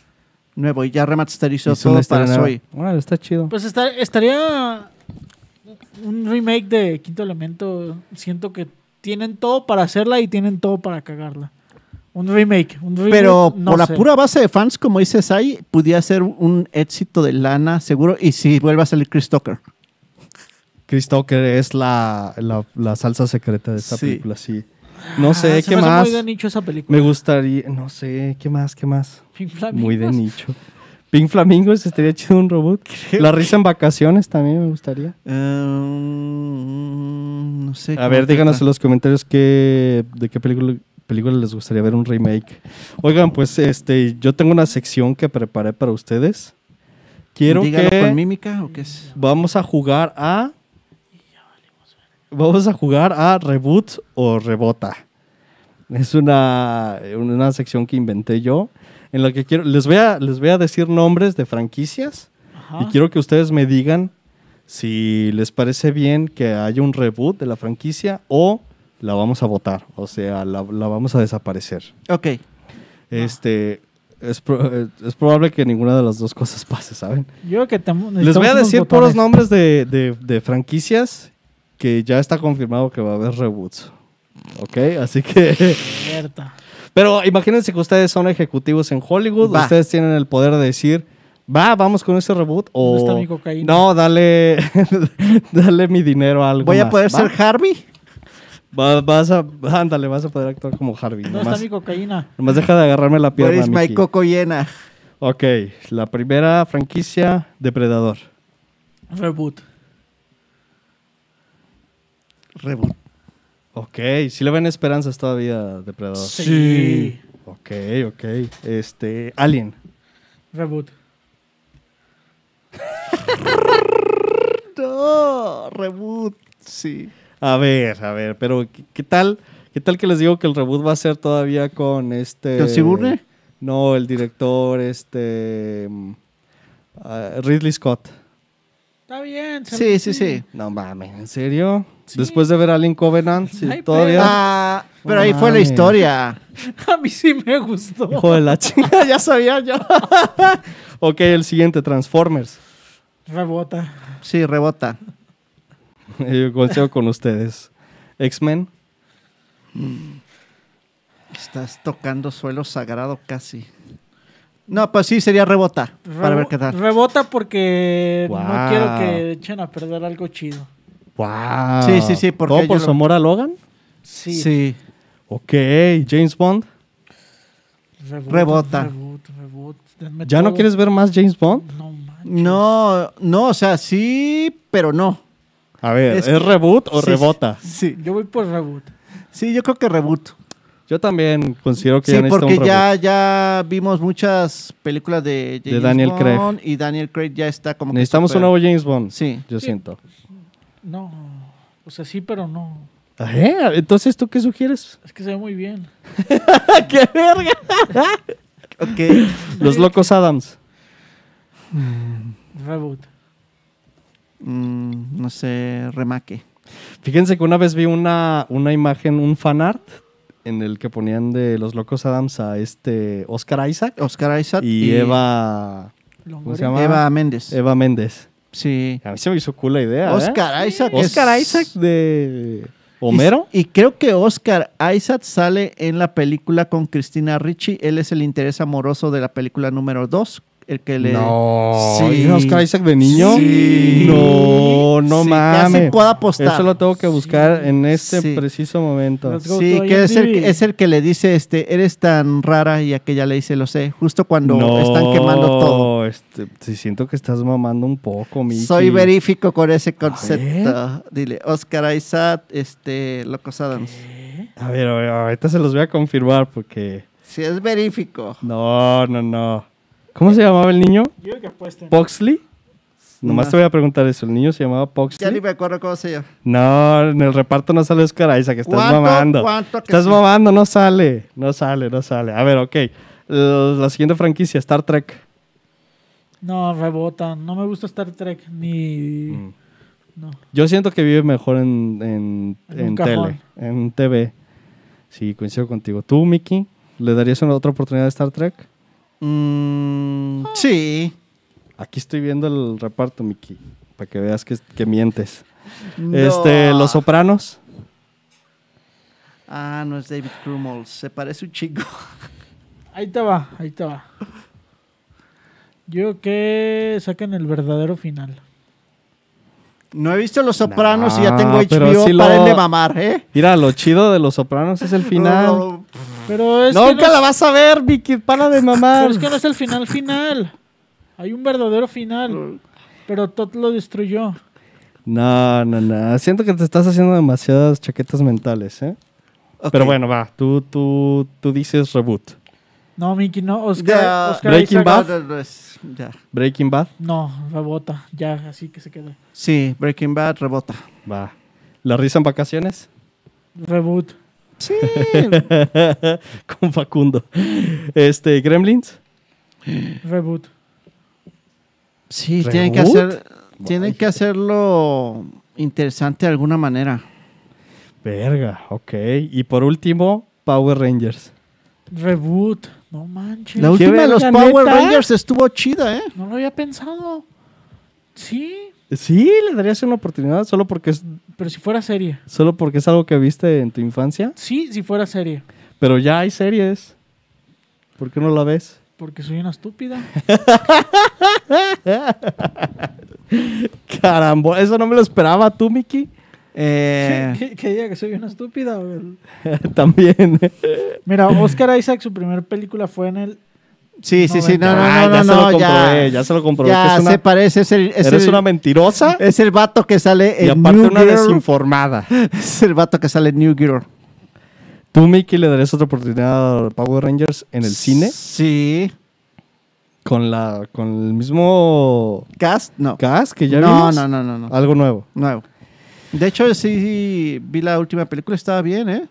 S2: Nuevo, y ya remasterizó
S1: Hizo una
S2: todo
S1: historia
S2: para
S1: nueva.
S2: Soy.
S1: Órale, está chido.
S3: Pues esta- estaría un remake de Quinto Elemento. Siento que tienen todo para hacerla y tienen todo para cagarla. Un remake, un remake.
S2: Pero
S3: no
S2: por la
S3: sé.
S2: pura base de fans, como dice Sai, pudiera ser un éxito de lana, seguro. Y si vuelve a salir Chris Tucker.
S1: Chris Tucker es la, la, la salsa secreta de esta
S2: Sí.
S1: película, sí. No sé,
S3: Ah, se
S1: ¿qué
S3: me hace
S1: más?
S3: Muy de nicho esa película.
S1: Me gustaría, no sé, ¿qué más? ¿Qué más?
S3: Pink Flamingos.
S1: Muy de nicho. Pink Flamingos estaría chido un robot. La risa en vacaciones también me gustaría.
S2: Um, no sé.
S1: A
S2: cómo
S1: ver,
S2: se
S1: díganos en
S2: llama.
S1: los comentarios qué, de qué película, película les gustaría ver un remake. Oigan, pues este, yo tengo una sección que preparé para ustedes. Quiero
S2: Dígalo
S1: que
S2: con mímica o qué es?
S1: vamos a jugar a. Vamos a jugar a Reboot o Rebota. Es una, una sección que inventé yo. En la que quiero. Les voy a, les voy a decir nombres de franquicias.
S3: Ajá.
S1: Y quiero que ustedes me digan si les parece bien que haya un reboot de la franquicia o la vamos a votar, o sea, la, la vamos a desaparecer.
S2: Ok.
S3: Ah.
S1: Este, es, pro- eh, es probable que ninguna de las dos cosas pase, ¿saben?
S3: Yo creo que tam-
S1: les voy a
S3: necesitamos unos
S1: decir puros
S3: botones.
S1: nombres de, de- de franquicias que ya está confirmado que va a haber reboots. Ok, así que...
S3: Alerta.
S1: Pero imagínense que ustedes son ejecutivos en Hollywood,
S2: Va.
S1: ustedes tienen el poder de decir, va, vamos con ese reboot o
S3: ¿Dónde está mi cocaína?
S1: no, dale, dale mi dinero a algo
S2: ¿Voy a
S1: más".
S2: poder
S1: ¿Va?
S2: ser Harvey?
S1: Va- vas a, ándale, vas a poder actuar como Harvey.
S3: ¿Dónde
S1: nomás,
S3: está mi cocaína?
S1: nomás deja de agarrarme la
S2: Where
S1: pierna.
S2: is my
S1: Mickey.
S2: coco llena?
S1: ok, la primera franquicia, Depredador.
S3: Reboot.
S2: Reboot.
S1: Ok, si le ven esperanzas todavía, a Depredador.
S3: Sí.
S1: Ok, ok. Este, Alien.
S3: Reboot.
S2: No, reboot. Sí.
S1: A ver, a ver, pero ¿qué, qué tal? ¿Qué tal que les digo que el reboot va a ser todavía con este.
S2: ¿Con Sigourney?
S1: No, el director, este. mm, ah, Ridley Scott.
S3: Está bien.
S2: Sí,
S3: se-
S2: sí, sí.
S1: No mames, ¿en serio? Después de ver Alien Covenant, sí,
S3: Ay,
S1: todavía.
S2: Ah, pero
S1: No
S2: ahí fue la
S1: mames.
S2: historia.
S3: A mí sí me gustó.
S1: Hijo de la chingada, ya sabía yo. ok, el siguiente, Transformers.
S3: Rebota.
S2: Sí, rebota.
S1: Yo consejo Eh, con ustedes. X-Men.
S2: Estás tocando suelo sagrado casi. No, pues sí, sería rebota. para
S3: Rebo-
S2: ver qué tal.
S3: Rebota porque
S1: Wow.
S3: no quiero que echen a perder algo chido.
S1: Wow.
S2: Sí, sí, sí, porque
S1: ¿Todo
S2: yo
S1: por
S2: lo-
S1: su amor a Logan?
S3: Sí.
S2: Sí.
S1: Ok, James Bond.
S3: Reboot,
S2: Rebota.
S3: Reboot, reboot. Denme
S1: ¿Ya no
S3: todo.
S1: quieres ver más James Bond?
S3: No manches.
S2: No, no, o sea, sí, pero no.
S1: A ver, ¿es,
S2: Es que-
S1: reboot o
S2: Sí,
S1: rebota?
S2: Sí.
S3: Yo voy por reboot.
S2: Sí, yo creo que reboot.
S1: Yo también considero que
S2: Sí,
S1: ya necesita
S2: porque
S1: un reboot.
S2: ya, ya vimos muchas películas de,
S1: De Daniel Craig.
S2: Bond y Daniel Craig ya está como que
S1: Necesitamos
S2: super-
S1: un nuevo James Bond.
S2: Sí.
S1: Yo
S3: Sí.
S1: siento.
S3: No. O sea, sí, pero no.
S1: ¿Eh? Entonces, ¿tú qué sugieres?
S3: Es que se ve muy bien.
S1: ¡Qué verga!
S2: Ok.
S1: Los Locos Adams.
S3: Reboot.
S2: Mm, no sé, remake.
S1: Fíjense que una vez vi una, una imagen, un fanart, en el que ponían de Los Locos Adams a este Oscar Isaac
S2: Oscar Isaac
S1: y, Eva...
S3: Longoria.
S1: se llama?
S2: Eva Méndez.
S1: Eva Méndez.
S2: Sí.
S1: A mí se me hizo cool la idea, ¿eh?
S2: Oscar Isaac. es-
S1: Oscar Isaac de... ¿Homero?
S2: Y, y creo que Oscar Isaac sale en la película con Cristina Ricci. Él es el interés amoroso de la película número 2. El que le.
S1: No.
S2: Sí.
S1: ¿Era Oscar Isaac de niño?
S2: Oh, Sí.
S1: No, no
S2: Sí,
S1: mames.
S2: Casi puedo apostar.
S1: Eso lo tengo que buscar en este
S2: Sí.
S1: preciso momento.
S3: Let's go
S2: Sí,
S3: to
S2: que es el,
S3: IMDb.
S2: es el que le dice, este, eres tan rara y aquella le dice, lo sé, justo cuando
S1: No,
S2: están quemando todo.
S1: este, sí, siento que estás mamando un poco, mi.
S2: Soy verífico con ese concepto. Dile, Oscar Isaac, este, Locos Adams.
S1: A ver, a ver, ahorita se los voy a confirmar porque.
S2: Si es verífico.
S1: No, no, no. ¿Cómo se llamaba el niño?
S3: Yo creo que apuesten.
S1: ¿Poxley? Nomás
S2: No.
S1: te voy a preguntar eso. ¿El niño se llamaba
S2: Ah. Ya ni
S1: Poxley?
S2: me acuerdo cómo se llama.
S1: No, en el reparto no sale Oscar Isaac. Estás
S2: ¿Cuánto-
S1: mamando.
S2: cuánto que
S1: estás
S2: sí?
S1: mamando, no sale. No sale, no sale. A ver, ok. L- La siguiente franquicia, Star Trek.
S3: No, rebota. No me gusta Star Trek ni.
S1: Mm.
S3: No.
S1: Yo siento que vive mejor en, en,
S3: En un
S1: en
S3: cajón.
S1: tele, en TV. Sí, coincido contigo. ¿Tú, Mickey, le darías una otra oportunidad a Star Trek?
S2: Mm, sí.
S1: Aquí estoy viendo el reparto, Mickey, para que veas que, que mientes.
S2: No.
S1: Este, Los Sopranos.
S2: Ah, no es David Crumholz. Se parece un chico.
S3: Ahí te va, ahí te va. Yo creo que saquen el verdadero final.
S2: No he visto Los Sopranos y ya
S1: No,
S2: tengo
S1: pero
S2: HBO.
S1: sí lo-
S2: Paren de mamar, ¿eh?
S1: Mira, lo chido de Los Sopranos es el final.
S2: No,
S3: Pero es, que,
S1: Nunca
S3: no
S1: la vas a ver, Mickey, para de
S3: es, pero
S1: mamar.
S3: es que no es el final final. Hay un verdadero final, pero Todd lo destruyó.
S1: No, no, no. Siento que te estás haciendo demasiadas chaquetas mentales, ¿eh?
S2: Ok.
S1: Pero bueno, va. Tú, tú, tú dices reboot.
S3: No, Mickey, no. Oscar,
S2: Ya-
S3: Oscar
S1: Breaking
S3: Isaac-
S1: Bad.
S2: No, no, no, es- ya.
S1: Breaking Bad.
S3: No, rebota. Ya, así que se quede.
S2: Sí, Breaking Bad rebota.
S1: Va. ¿La risa en vacaciones?
S3: Reboot.
S2: Sí.
S1: Con Facundo. Este, Gremlins.
S3: Reboot.
S2: sí, tienen que
S1: ¿Reboot?
S2: hacer tienen que hacerlo interesante de alguna manera.
S1: Verga, ok. Y por último, Power Rangers.
S3: Reboot. No manches.
S2: La última de los
S1: verga,
S2: Power
S1: ¿neta?
S2: Rangers estuvo chida, ¿eh?
S3: No lo había pensado. Sí,
S1: Sí, le darías una oportunidad solo porque es,
S3: pero si fuera serie.
S1: solo porque es algo que viste en tu infancia.
S3: Sí, si fuera serie.
S1: Pero ya hay series. ¿Por qué no la ves?
S3: Porque soy una estúpida.
S1: Caramba, eso no me lo esperaba tú, Miki.
S2: Eh,
S3: ¿Qué, qué diga que soy una estúpida? güey?
S1: También.
S3: Mira, Oscar Isaac, su primera película fue en el.
S2: sí, sí, sí, no, no,
S1: Ah, ya
S2: no, no,
S1: se lo
S2: no,
S1: comprobé,
S2: ya,
S1: ya, se lo comprobé.
S2: ya
S1: que es una,
S2: se parece, es el, es
S1: eres
S2: el- Eh.
S1: una mentirosa
S2: es el vato que sale
S1: y
S2: en
S1: aparte
S2: New
S1: una
S2: Girl.
S1: desinformada.
S2: Es el vato que sale en New Girl.
S1: ¿Tú, Miki, le darías otra oportunidad a Power Rangers en el cine?
S2: Sí.
S1: Con, la, con el mismo
S2: Cast, no.
S1: cast que ya
S2: no,
S1: vimos.
S2: no, no, no, no.
S1: Algo nuevo.
S2: Nuevo. De hecho, sí, sí, vi la última película, estaba bien, ¿eh?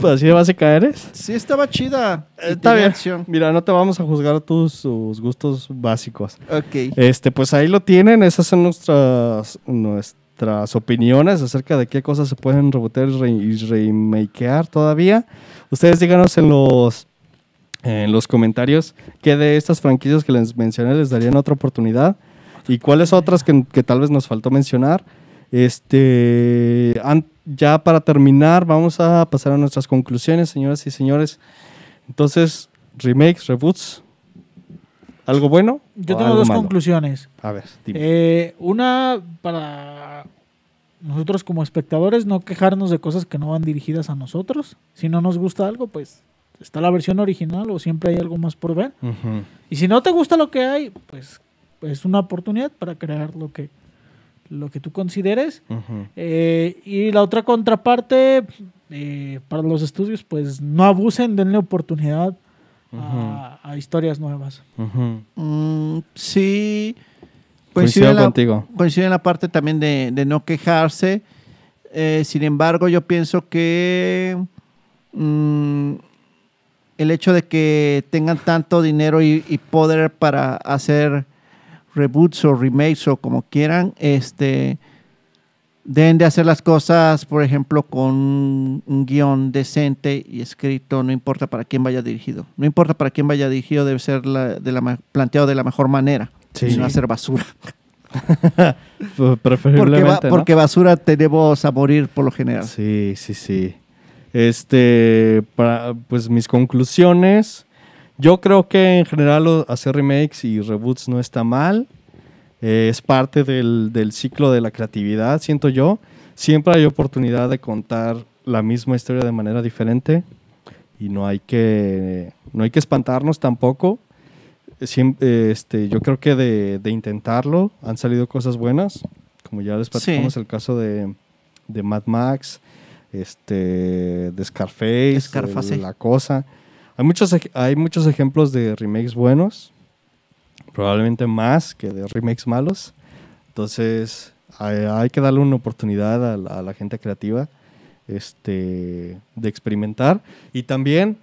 S1: ¿Pues ¿Así de base caeres?
S2: Sí, estaba chida. Y
S1: Está
S2: tenía
S1: bien.
S2: Eh, acción.
S1: Mira, no te vamos a juzgar tus, tus gustos básicos.
S2: Ok.
S1: Este, pues ahí lo tienen. Esas son nuestras, nuestras opiniones acerca de qué cosas se pueden rebotear y, re- y remakear todavía. Ustedes díganos en los, en los comentarios qué de estas franquicias que les mencioné les darían otra oportunidad y cuáles otras que, que tal vez nos faltó mencionar. Este, an- ya para terminar, vamos a pasar a nuestras conclusiones, señoras y señores. Entonces, remakes, reboots, ¿algo bueno?
S3: Yo
S1: o
S3: tengo
S1: algo
S3: dos
S1: malo?
S3: conclusiones.
S1: A ver, dime.
S3: Eh, una para nosotros como espectadores, no quejarnos de cosas que no van dirigidas a nosotros. Si no nos gusta algo, pues está la versión original o siempre hay algo más por ver.
S1: Ujú.
S3: Y si no te gusta lo que hay, pues es una oportunidad para crear lo que, lo que tú consideres.
S1: Ujú.
S3: Eh, y la otra contraparte, eh, para los estudios, pues no abusen, denle oportunidad a, a historias nuevas.
S1: Ujú.
S2: Mm, sí.
S1: Coincido
S2: Coincide en la,
S1: contigo.
S2: coincido en la parte también de, de no quejarse. Eh, sin embargo, yo pienso que mm, el hecho de que tengan tanto dinero y, y poder para hacer reboots o remakes o como quieran, este, deben de hacer las cosas, por ejemplo, con un un guión decente y escrito, no importa para quién vaya dirigido. No importa para quién vaya dirigido, debe ser la- de la ma- planteado de la mejor manera.
S1: Sí.
S2: Y no hacer basura.
S1: Pre-
S2: Porque,
S1: Preferiblemente,
S2: va-
S1: ¿no?
S2: porque basura tenemos a morir por lo general.
S1: Sí, sí, sí. Este, para, pues mis conclusiones. Yo creo que en general lo- hacer remakes y reboots no está mal. Eh, es parte del, del ciclo de la creatividad, siento yo. Siempre hay oportunidad de contar la misma historia de manera diferente y no hay que, no hay que espantarnos tampoco. Siem- eh, este, yo creo que de, de intentarlo han salido cosas buenas, como ya les platicamos el caso de, de Mad Max, este, de Scarface,
S2: Scarface.
S1: de La Cosa. Hay muchos, ej- hay muchos ejemplos de remakes buenos, probablemente más que de remakes malos. Entonces, hay, hay que darle una oportunidad a la, a la gente creativa este, de experimentar. Y también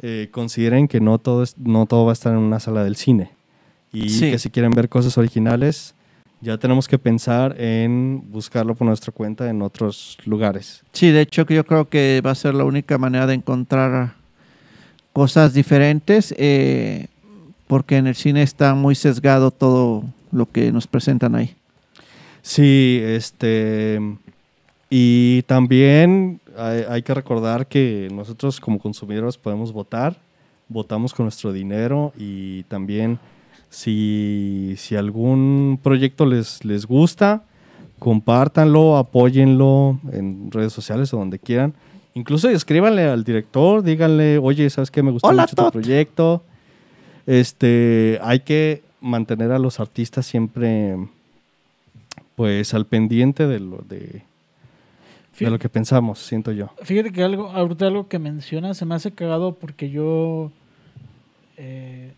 S1: eh, consideren que no todo, es- no todo va a estar en una sala del cine. Y
S2: Sí.
S1: que si quieren ver cosas originales, ya tenemos que pensar en buscarlo por nuestra cuenta en otros lugares.
S2: Sí, de hecho que yo creo que va a ser la única manera de encontrar cosas diferentes, eh, porque en el cine está muy sesgado todo lo que nos presentan ahí.
S1: Sí, este. Y también hay, hay que recordar que nosotros como consumidores podemos votar, votamos con nuestro dinero y también si, si algún proyecto les, les gusta, compártanlo, apóyenlo en redes sociales o donde quieran. Incluso escríbanle al director, díganle, oye, ¿sabes qué? Me gustó
S2: Hola,
S1: mucho tu
S2: Tot.
S1: proyecto. Este, hay que mantener a los artistas siempre pues al pendiente de lo, de, de lo que pensamos, siento yo.
S3: Fíjate que algo, ahorita algo que mencionas se me hace cagado porque yo eh,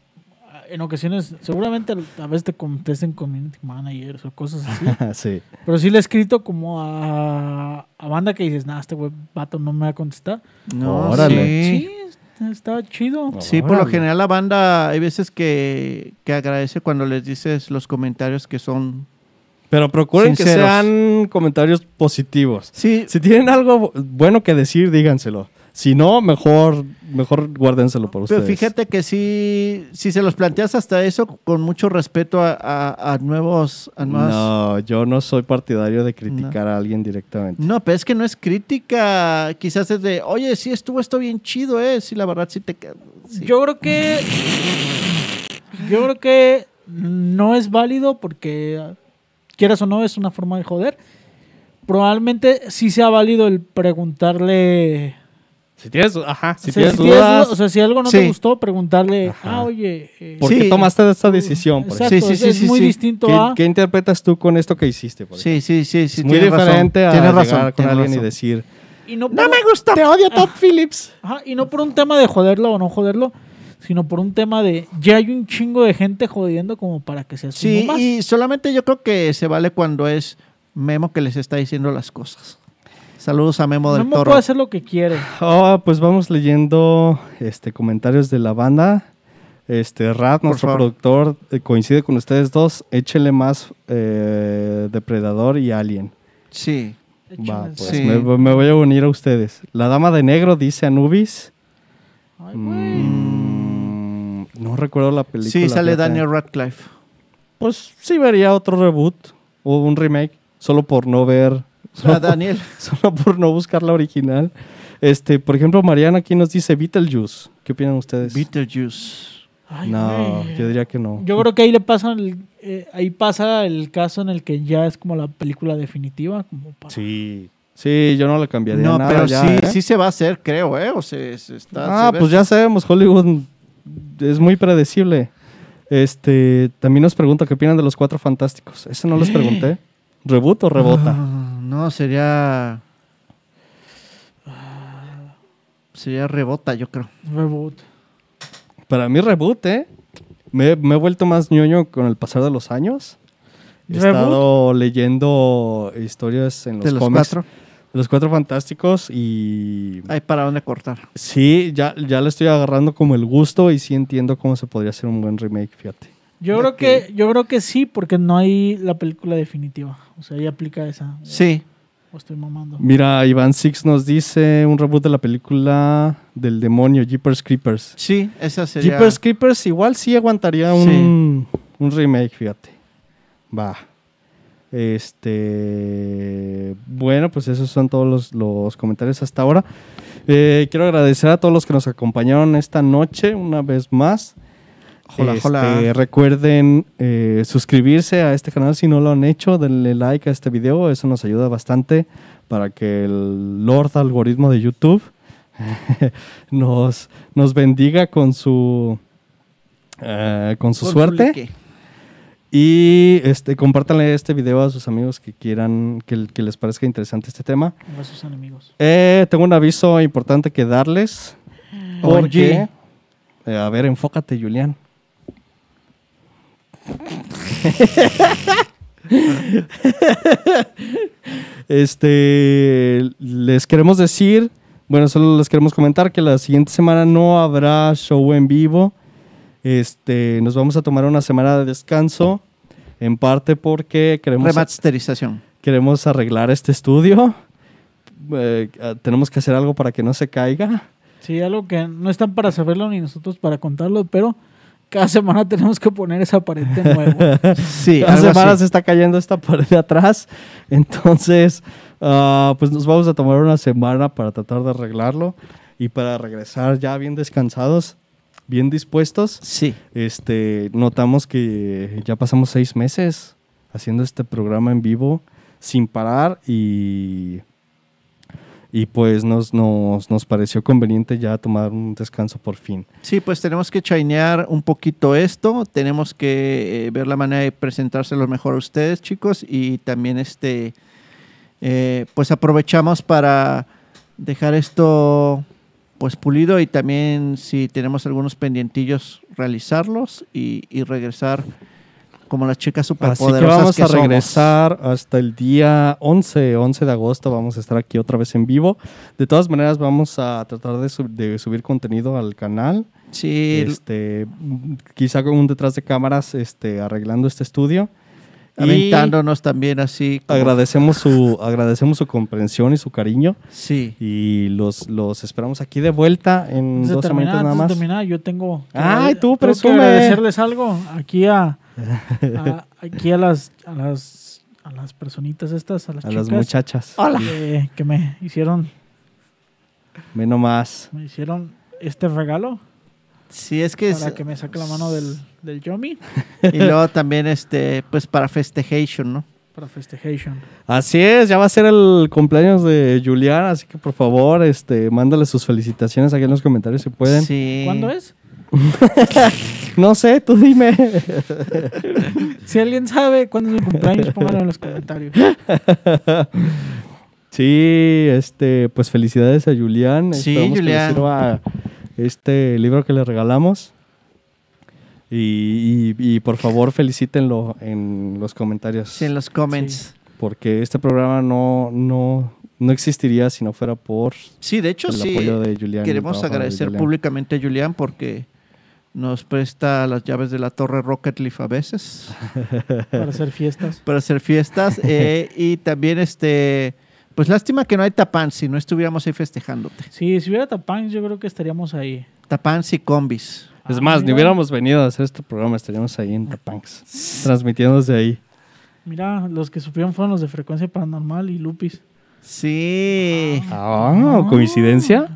S3: en ocasiones, seguramente a veces te contesten community managers o cosas así,
S1: sí.
S3: pero sí le he escrito como a, a banda que dices, nah, este güey vato no me va a contestar.
S2: No,
S1: Órale.
S2: sí.
S3: Sí, está- está chido.
S2: Sí, por lo
S1: Órale.
S2: general la banda hay veces que, que agradece cuando les dices los comentarios que son...
S1: Pero procuren que
S2: Sinceros.
S1: sean comentarios positivos.
S2: Sí,
S1: Si tienen algo bueno que decir, díganselo. Si no, mejor, mejor guárdenselo por ustedes.
S2: pero fíjate que sí, si se los planteas hasta eso, con mucho respeto a, a- a nuevos... A nuevas- no.
S1: No, yo no soy partidario de criticar a alguien directamente.
S2: pero es que no es crítica. Quizás es de, oye, sí estuvo esto bien chido, ¿eh? Sí, la verdad sí te... ca- sí".
S3: Yo creo que. Yo creo que no es válido porque, quieras o no, es una forma de joder. Probablemente sí sea válido el preguntarle.
S1: Si tienes, ajá, si
S3: o sea,
S1: tienes
S3: si tienes
S1: dudas,
S3: du- o sea, si algo no te
S2: sí.
S3: gustó, preguntarle,
S1: Ajá.
S3: ah, oye. eh,
S1: ¿por
S2: Sí.
S1: qué tomaste esta decisión? por
S3: exacto,
S2: Sí, sí,
S3: es-
S2: sí,
S3: es
S2: sí,
S3: muy
S2: sí.
S3: distinto
S1: ¿Qué,
S3: a.
S1: qué interpretas tú con esto que hiciste? por ejemplo?
S2: Sí, sí, sí, sí.
S1: es muy
S2: tienes razón,
S1: diferente a
S2: tienes
S1: llegar
S2: razón,
S1: con
S2: tienes
S1: alguien y
S2: razón.
S1: decir,
S3: Y no,
S1: no
S3: por,
S1: me gusta, te odio Top Phillips.
S3: ajá, y no por un tema de joderlo o no joderlo, sino por un tema de ya hay un chingo de gente jodiendo como para que se asuma
S2: Sí,
S3: más.
S2: y solamente yo creo que se vale cuando es Memo que les está diciendo las cosas. Saludos a Memo del
S3: Memo
S2: Toro.
S3: puede hacer lo que quiere.
S1: Ah, pues vamos leyendo este, comentarios de la banda. Este, Rat,
S2: Por
S1: nuestro
S2: favor.
S1: productor, eh, coincide con ustedes dos. Échele más eh, Depredador y Alien.
S2: Sí.
S1: Va,
S3: Échale.
S1: pues
S2: Sí.
S1: me, me voy a unir a ustedes. La Dama de Negro dice Anubis.
S3: Ay, güey.
S1: Mm, no recuerdo la película.
S2: Sí, sale
S1: fíjate.
S2: Daniel Radcliffe.
S1: Pues sí vería otro reboot o un remake, solo por no ver,
S2: Ah, Daniel.
S1: solo por no buscar la original. Este, por ejemplo, Mariana aquí nos dice Beetlejuice. ¿Qué opinan ustedes?
S2: Beetlejuice.
S3: Ay,
S1: No,
S3: güey.
S1: yo diría que no.
S3: Yo creo que ahí le pasa el, eh, ahí pasa el caso en el que ya es como la película definitiva, como para-
S1: Sí. Sí, yo no la cambiaría
S2: No,
S1: nada
S2: pero
S1: ya,
S2: sí,
S1: ¿eh?
S2: sí se va a hacer, creo, ¿eh? O se, se está.
S1: Ah,
S2: se ve-
S1: pues ya sabemos, Hollywood es muy predecible. Este, también nos pregunta qué opinan de los cuatro fantásticos. Eso no les pregunté. ¿Reboot o rebota?
S2: Ah, no, sería. Sería rebota, yo creo.
S3: reboot.
S1: Para mí reboot, ¿eh? Me, me he vuelto más ñoño con el pasar de los años. He
S3: ¿Reboot?
S1: estado leyendo historias en los,
S2: de los
S1: cómics
S2: cuatro.
S1: de los cuatro fantásticos y
S2: Hay para dónde cortar.
S1: sí, ya, ya le estoy agarrando como el gusto y sí entiendo cómo se podría hacer un buen remake, fíjate.
S3: Yo creo que yo creo que sí porque no hay la película definitiva, o sea, ahí aplica esa.
S2: Sí.
S3: O estoy mamando.
S1: Mira, Iván Six nos dice un reboot de la película del demonio, Jeepers Creepers.
S2: Sí, esa sería.
S1: Jeepers Creepers igual sí aguantaría un, un remake, fíjate. Va. Este. Bueno, pues esos son todos los, los comentarios hasta ahora. Eh, quiero agradecer a todos los que nos acompañaron esta noche una vez más. Este,
S2: Hola, hola.
S1: Recuerden eh, suscribirse a este canal si no lo han hecho. Denle like a este video. Eso nos ayuda bastante para que el Lord algoritmo de YouTube nos, nos bendiga con su, eh, con su
S2: Con
S1: suerte.
S2: lique.
S1: Y este, compártanle este video a sus amigos que quieran, que, que les parezca interesante este tema.
S3: A sus enemigos.
S1: Eh, tengo un aviso importante que darles. Porque. eh, a ver, enfócate, Julián. este. Les queremos decir. Bueno, solo les queremos comentar que la siguiente semana no habrá show en vivo. Este, nos vamos a tomar una semana de descanso. En parte porque queremos
S2: Remasterización.
S1: queremos arreglar este estudio. Eh, ah, tenemos que hacer algo para que no se caiga.
S3: Sí, algo que no están para saberlo ni nosotros para contarlo, pero cada semana tenemos que poner esa pared de nuevo.
S2: Sí,
S1: Hace
S2: algo
S1: semanas
S2: así.
S1: se está cayendo esta pared de atrás. Entonces, ah, pues nos vamos a tomar una semana para tratar de arreglarlo y para regresar ya bien descansados, bien dispuestos.
S2: Sí.
S1: Este, notamos que ya pasamos seis meses haciendo este programa en vivo sin parar y, y pues nos, nos, nos pareció conveniente ya tomar un descanso por fin.
S2: Sí, pues tenemos que chainear un poquito esto, tenemos que eh, ver la manera de presentárselo mejor a ustedes, chicos, y también este, eh, pues aprovechamos para dejar esto pues pulido y también si tenemos algunos pendientillos realizarlos y, y regresar como las chicas
S1: Así que
S2: superpoderosas
S1: vamos a
S2: somos.
S1: regresar hasta el día 11, 11 de agosto. Vamos a estar aquí otra vez en vivo. De todas maneras, vamos a tratar de, sub- de subir contenido al canal.
S2: Sí,
S1: Este, quizá con un detrás de cámaras este, arreglando este estudio. Y
S2: aventándonos también así. como-
S1: Agradecemos su, agradecemos su comprensión y su cariño.
S2: Sí.
S1: Y los, los esperamos aquí de vuelta en
S3: Antes de
S1: dos semanitas
S3: terminar, antes
S1: nada
S3: de
S1: más.
S3: terminar, yo tengo que,
S1: Ay, tú
S3: tengo que
S1: presume.
S3: agradecerles algo aquí a, a- aquí a las a las a las personitas estas, a las
S1: A
S3: chicas
S1: las muchachas.
S3: que, que me hicieron
S1: Menos más.
S3: me hicieron este regalo
S2: Sí, es que, es-
S3: para que me saque la mano del del Yomi
S2: y luego también este, pues para festejation, ¿no?
S3: para festejation.
S1: Así es, ya va a ser el cumpleaños de Julián, así que por favor, este, mándale sus felicitaciones aquí en los comentarios si pueden.
S2: Sí.
S3: ¿Cuándo es?
S1: No sé, tú dime.
S3: Si alguien sabe cuándo es mi cumpleaños, pónganlo en los comentarios.
S1: Sí, este, pues felicidades a Julián.
S2: Sí,
S1: Esperamos que le
S2: Julián.
S1: sirva este libro que le regalamos. Y, y- y por favor, felicítenlo en los comentarios.
S2: Sí, en los comments.
S1: Porque este programa no, no, no existiría si no fuera por
S2: Sí, de hecho,
S1: el
S2: sí.
S1: apoyo de Julián. y el
S2: Queremos
S1: trabajo de
S2: agradecer
S1: Julián.
S2: públicamente a Julián porque nos presta las llaves de la torre Rocket Leaf a veces
S3: Para hacer fiestas.
S2: para hacer fiestas. eh, y también, este, pues lástima que no hay Tapansi, no estuviéramos ahí festejándote.
S3: Sí, si hubiera tapangs, yo creo que estaríamos ahí.
S2: Tapansi combis.
S1: Es
S3: Ah,
S1: más, ni
S3: mira.
S1: hubiéramos venido a hacer este programa, estaríamos ahí en Tapanks, transmitiéndose ahí.
S3: Mira, los que supieron fueron los de Frecuencia Paranormal y Lupis.
S2: Sí.
S1: Ah, ¿coincidencia?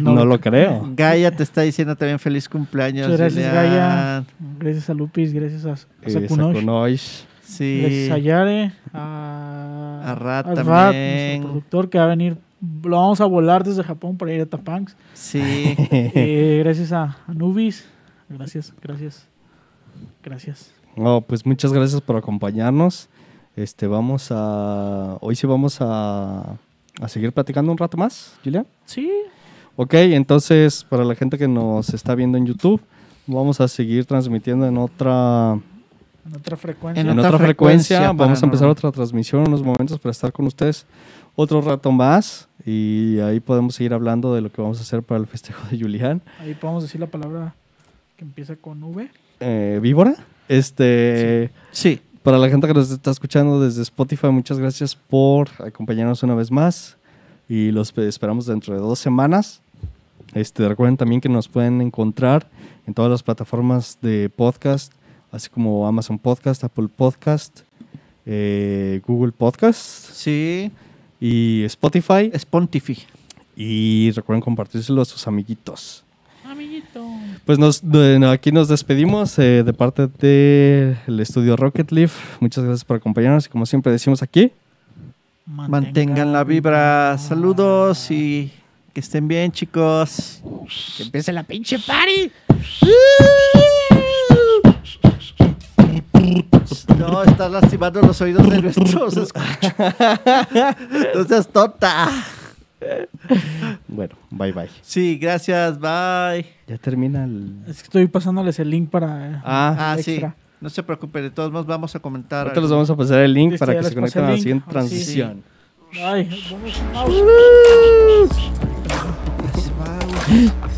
S1: No, lo creo.
S2: Gaia te está diciendo también feliz cumpleaños.
S3: Muchas gracias,
S2: Julián.
S3: Gaia. Gracias a Lupis, gracias a, a
S1: Eh,
S3: Sakunosh,
S1: Sakunosh.
S2: Sí.
S3: Gracias a Yare, a,
S2: A Rat
S3: a
S2: también.
S3: nuestro productor que va a venir. Lo vamos a volar desde Japón para ir a Tapangs.
S2: Sí.
S3: Eh, gracias a Anubis. Gracias, gracias. Gracias.
S1: No, pues muchas gracias por acompañarnos. Este, vamos a. Hoy sí vamos a, a seguir platicando un rato más, Julián.
S3: Sí,
S1: Ok, entonces, para la gente que nos está viendo en YouTube, vamos a seguir transmitiendo en otra.
S3: en otra frecuencia.
S1: en,
S2: En
S1: otra,
S2: otra
S1: frecuencia.
S2: frecuencia
S1: Vamos a empezar
S2: paranormal.
S1: otra transmisión en unos momentos para estar con ustedes otro rato más y ahí podemos seguir hablando de lo que vamos a hacer para el festejo de Julián.
S3: Ahí podemos decir la palabra que empieza con V.
S1: Eh, Víbora, este,
S2: Sí.
S1: para la gente que nos está escuchando desde Spotify, muchas gracias por acompañarnos una vez más y los pe- esperamos dentro de dos semanas. Este, recuerden también que nos pueden encontrar en todas las plataformas de podcast, así como Amazon Podcast, Apple Podcast, eh, Google Podcast.
S2: Sí.
S1: y Spotify.
S2: Es Pontifi.
S1: Y recuerden compartírselo a sus amiguitos.
S3: Amiguito.
S1: Pues nos, de- aquí nos despedimos eh, de parte del estudio Rocket Leaf. Muchas gracias por acompañarnos y como siempre decimos aquí,
S2: Mantengan la vibra. Saludos y que estén bien, chicos.
S4: Que empiece la pinche party.
S2: No, estás lastimando los oídos de nuestros escuchas. No seas tonta.
S1: bueno, bye bye.
S2: Sí, gracias. Bye.
S1: Ya termina el...
S3: Es que estoy pasándoles el link para. eh,
S1: Ah,
S2: Ah, sí.
S3: Extra.
S2: No se preocupen, de todos modos vamos a comentar.
S1: ahorita les
S2: algo.
S1: vamos a pasar el link
S3: Listo,
S1: para
S3: ya
S1: que
S3: les
S1: se
S3: pasé
S1: conecten
S3: el
S1: a la
S3: link.
S1: siguiente
S3: Ahora sí.
S1: transición.
S3: Ay, vamos, vamos.
S2: Bye.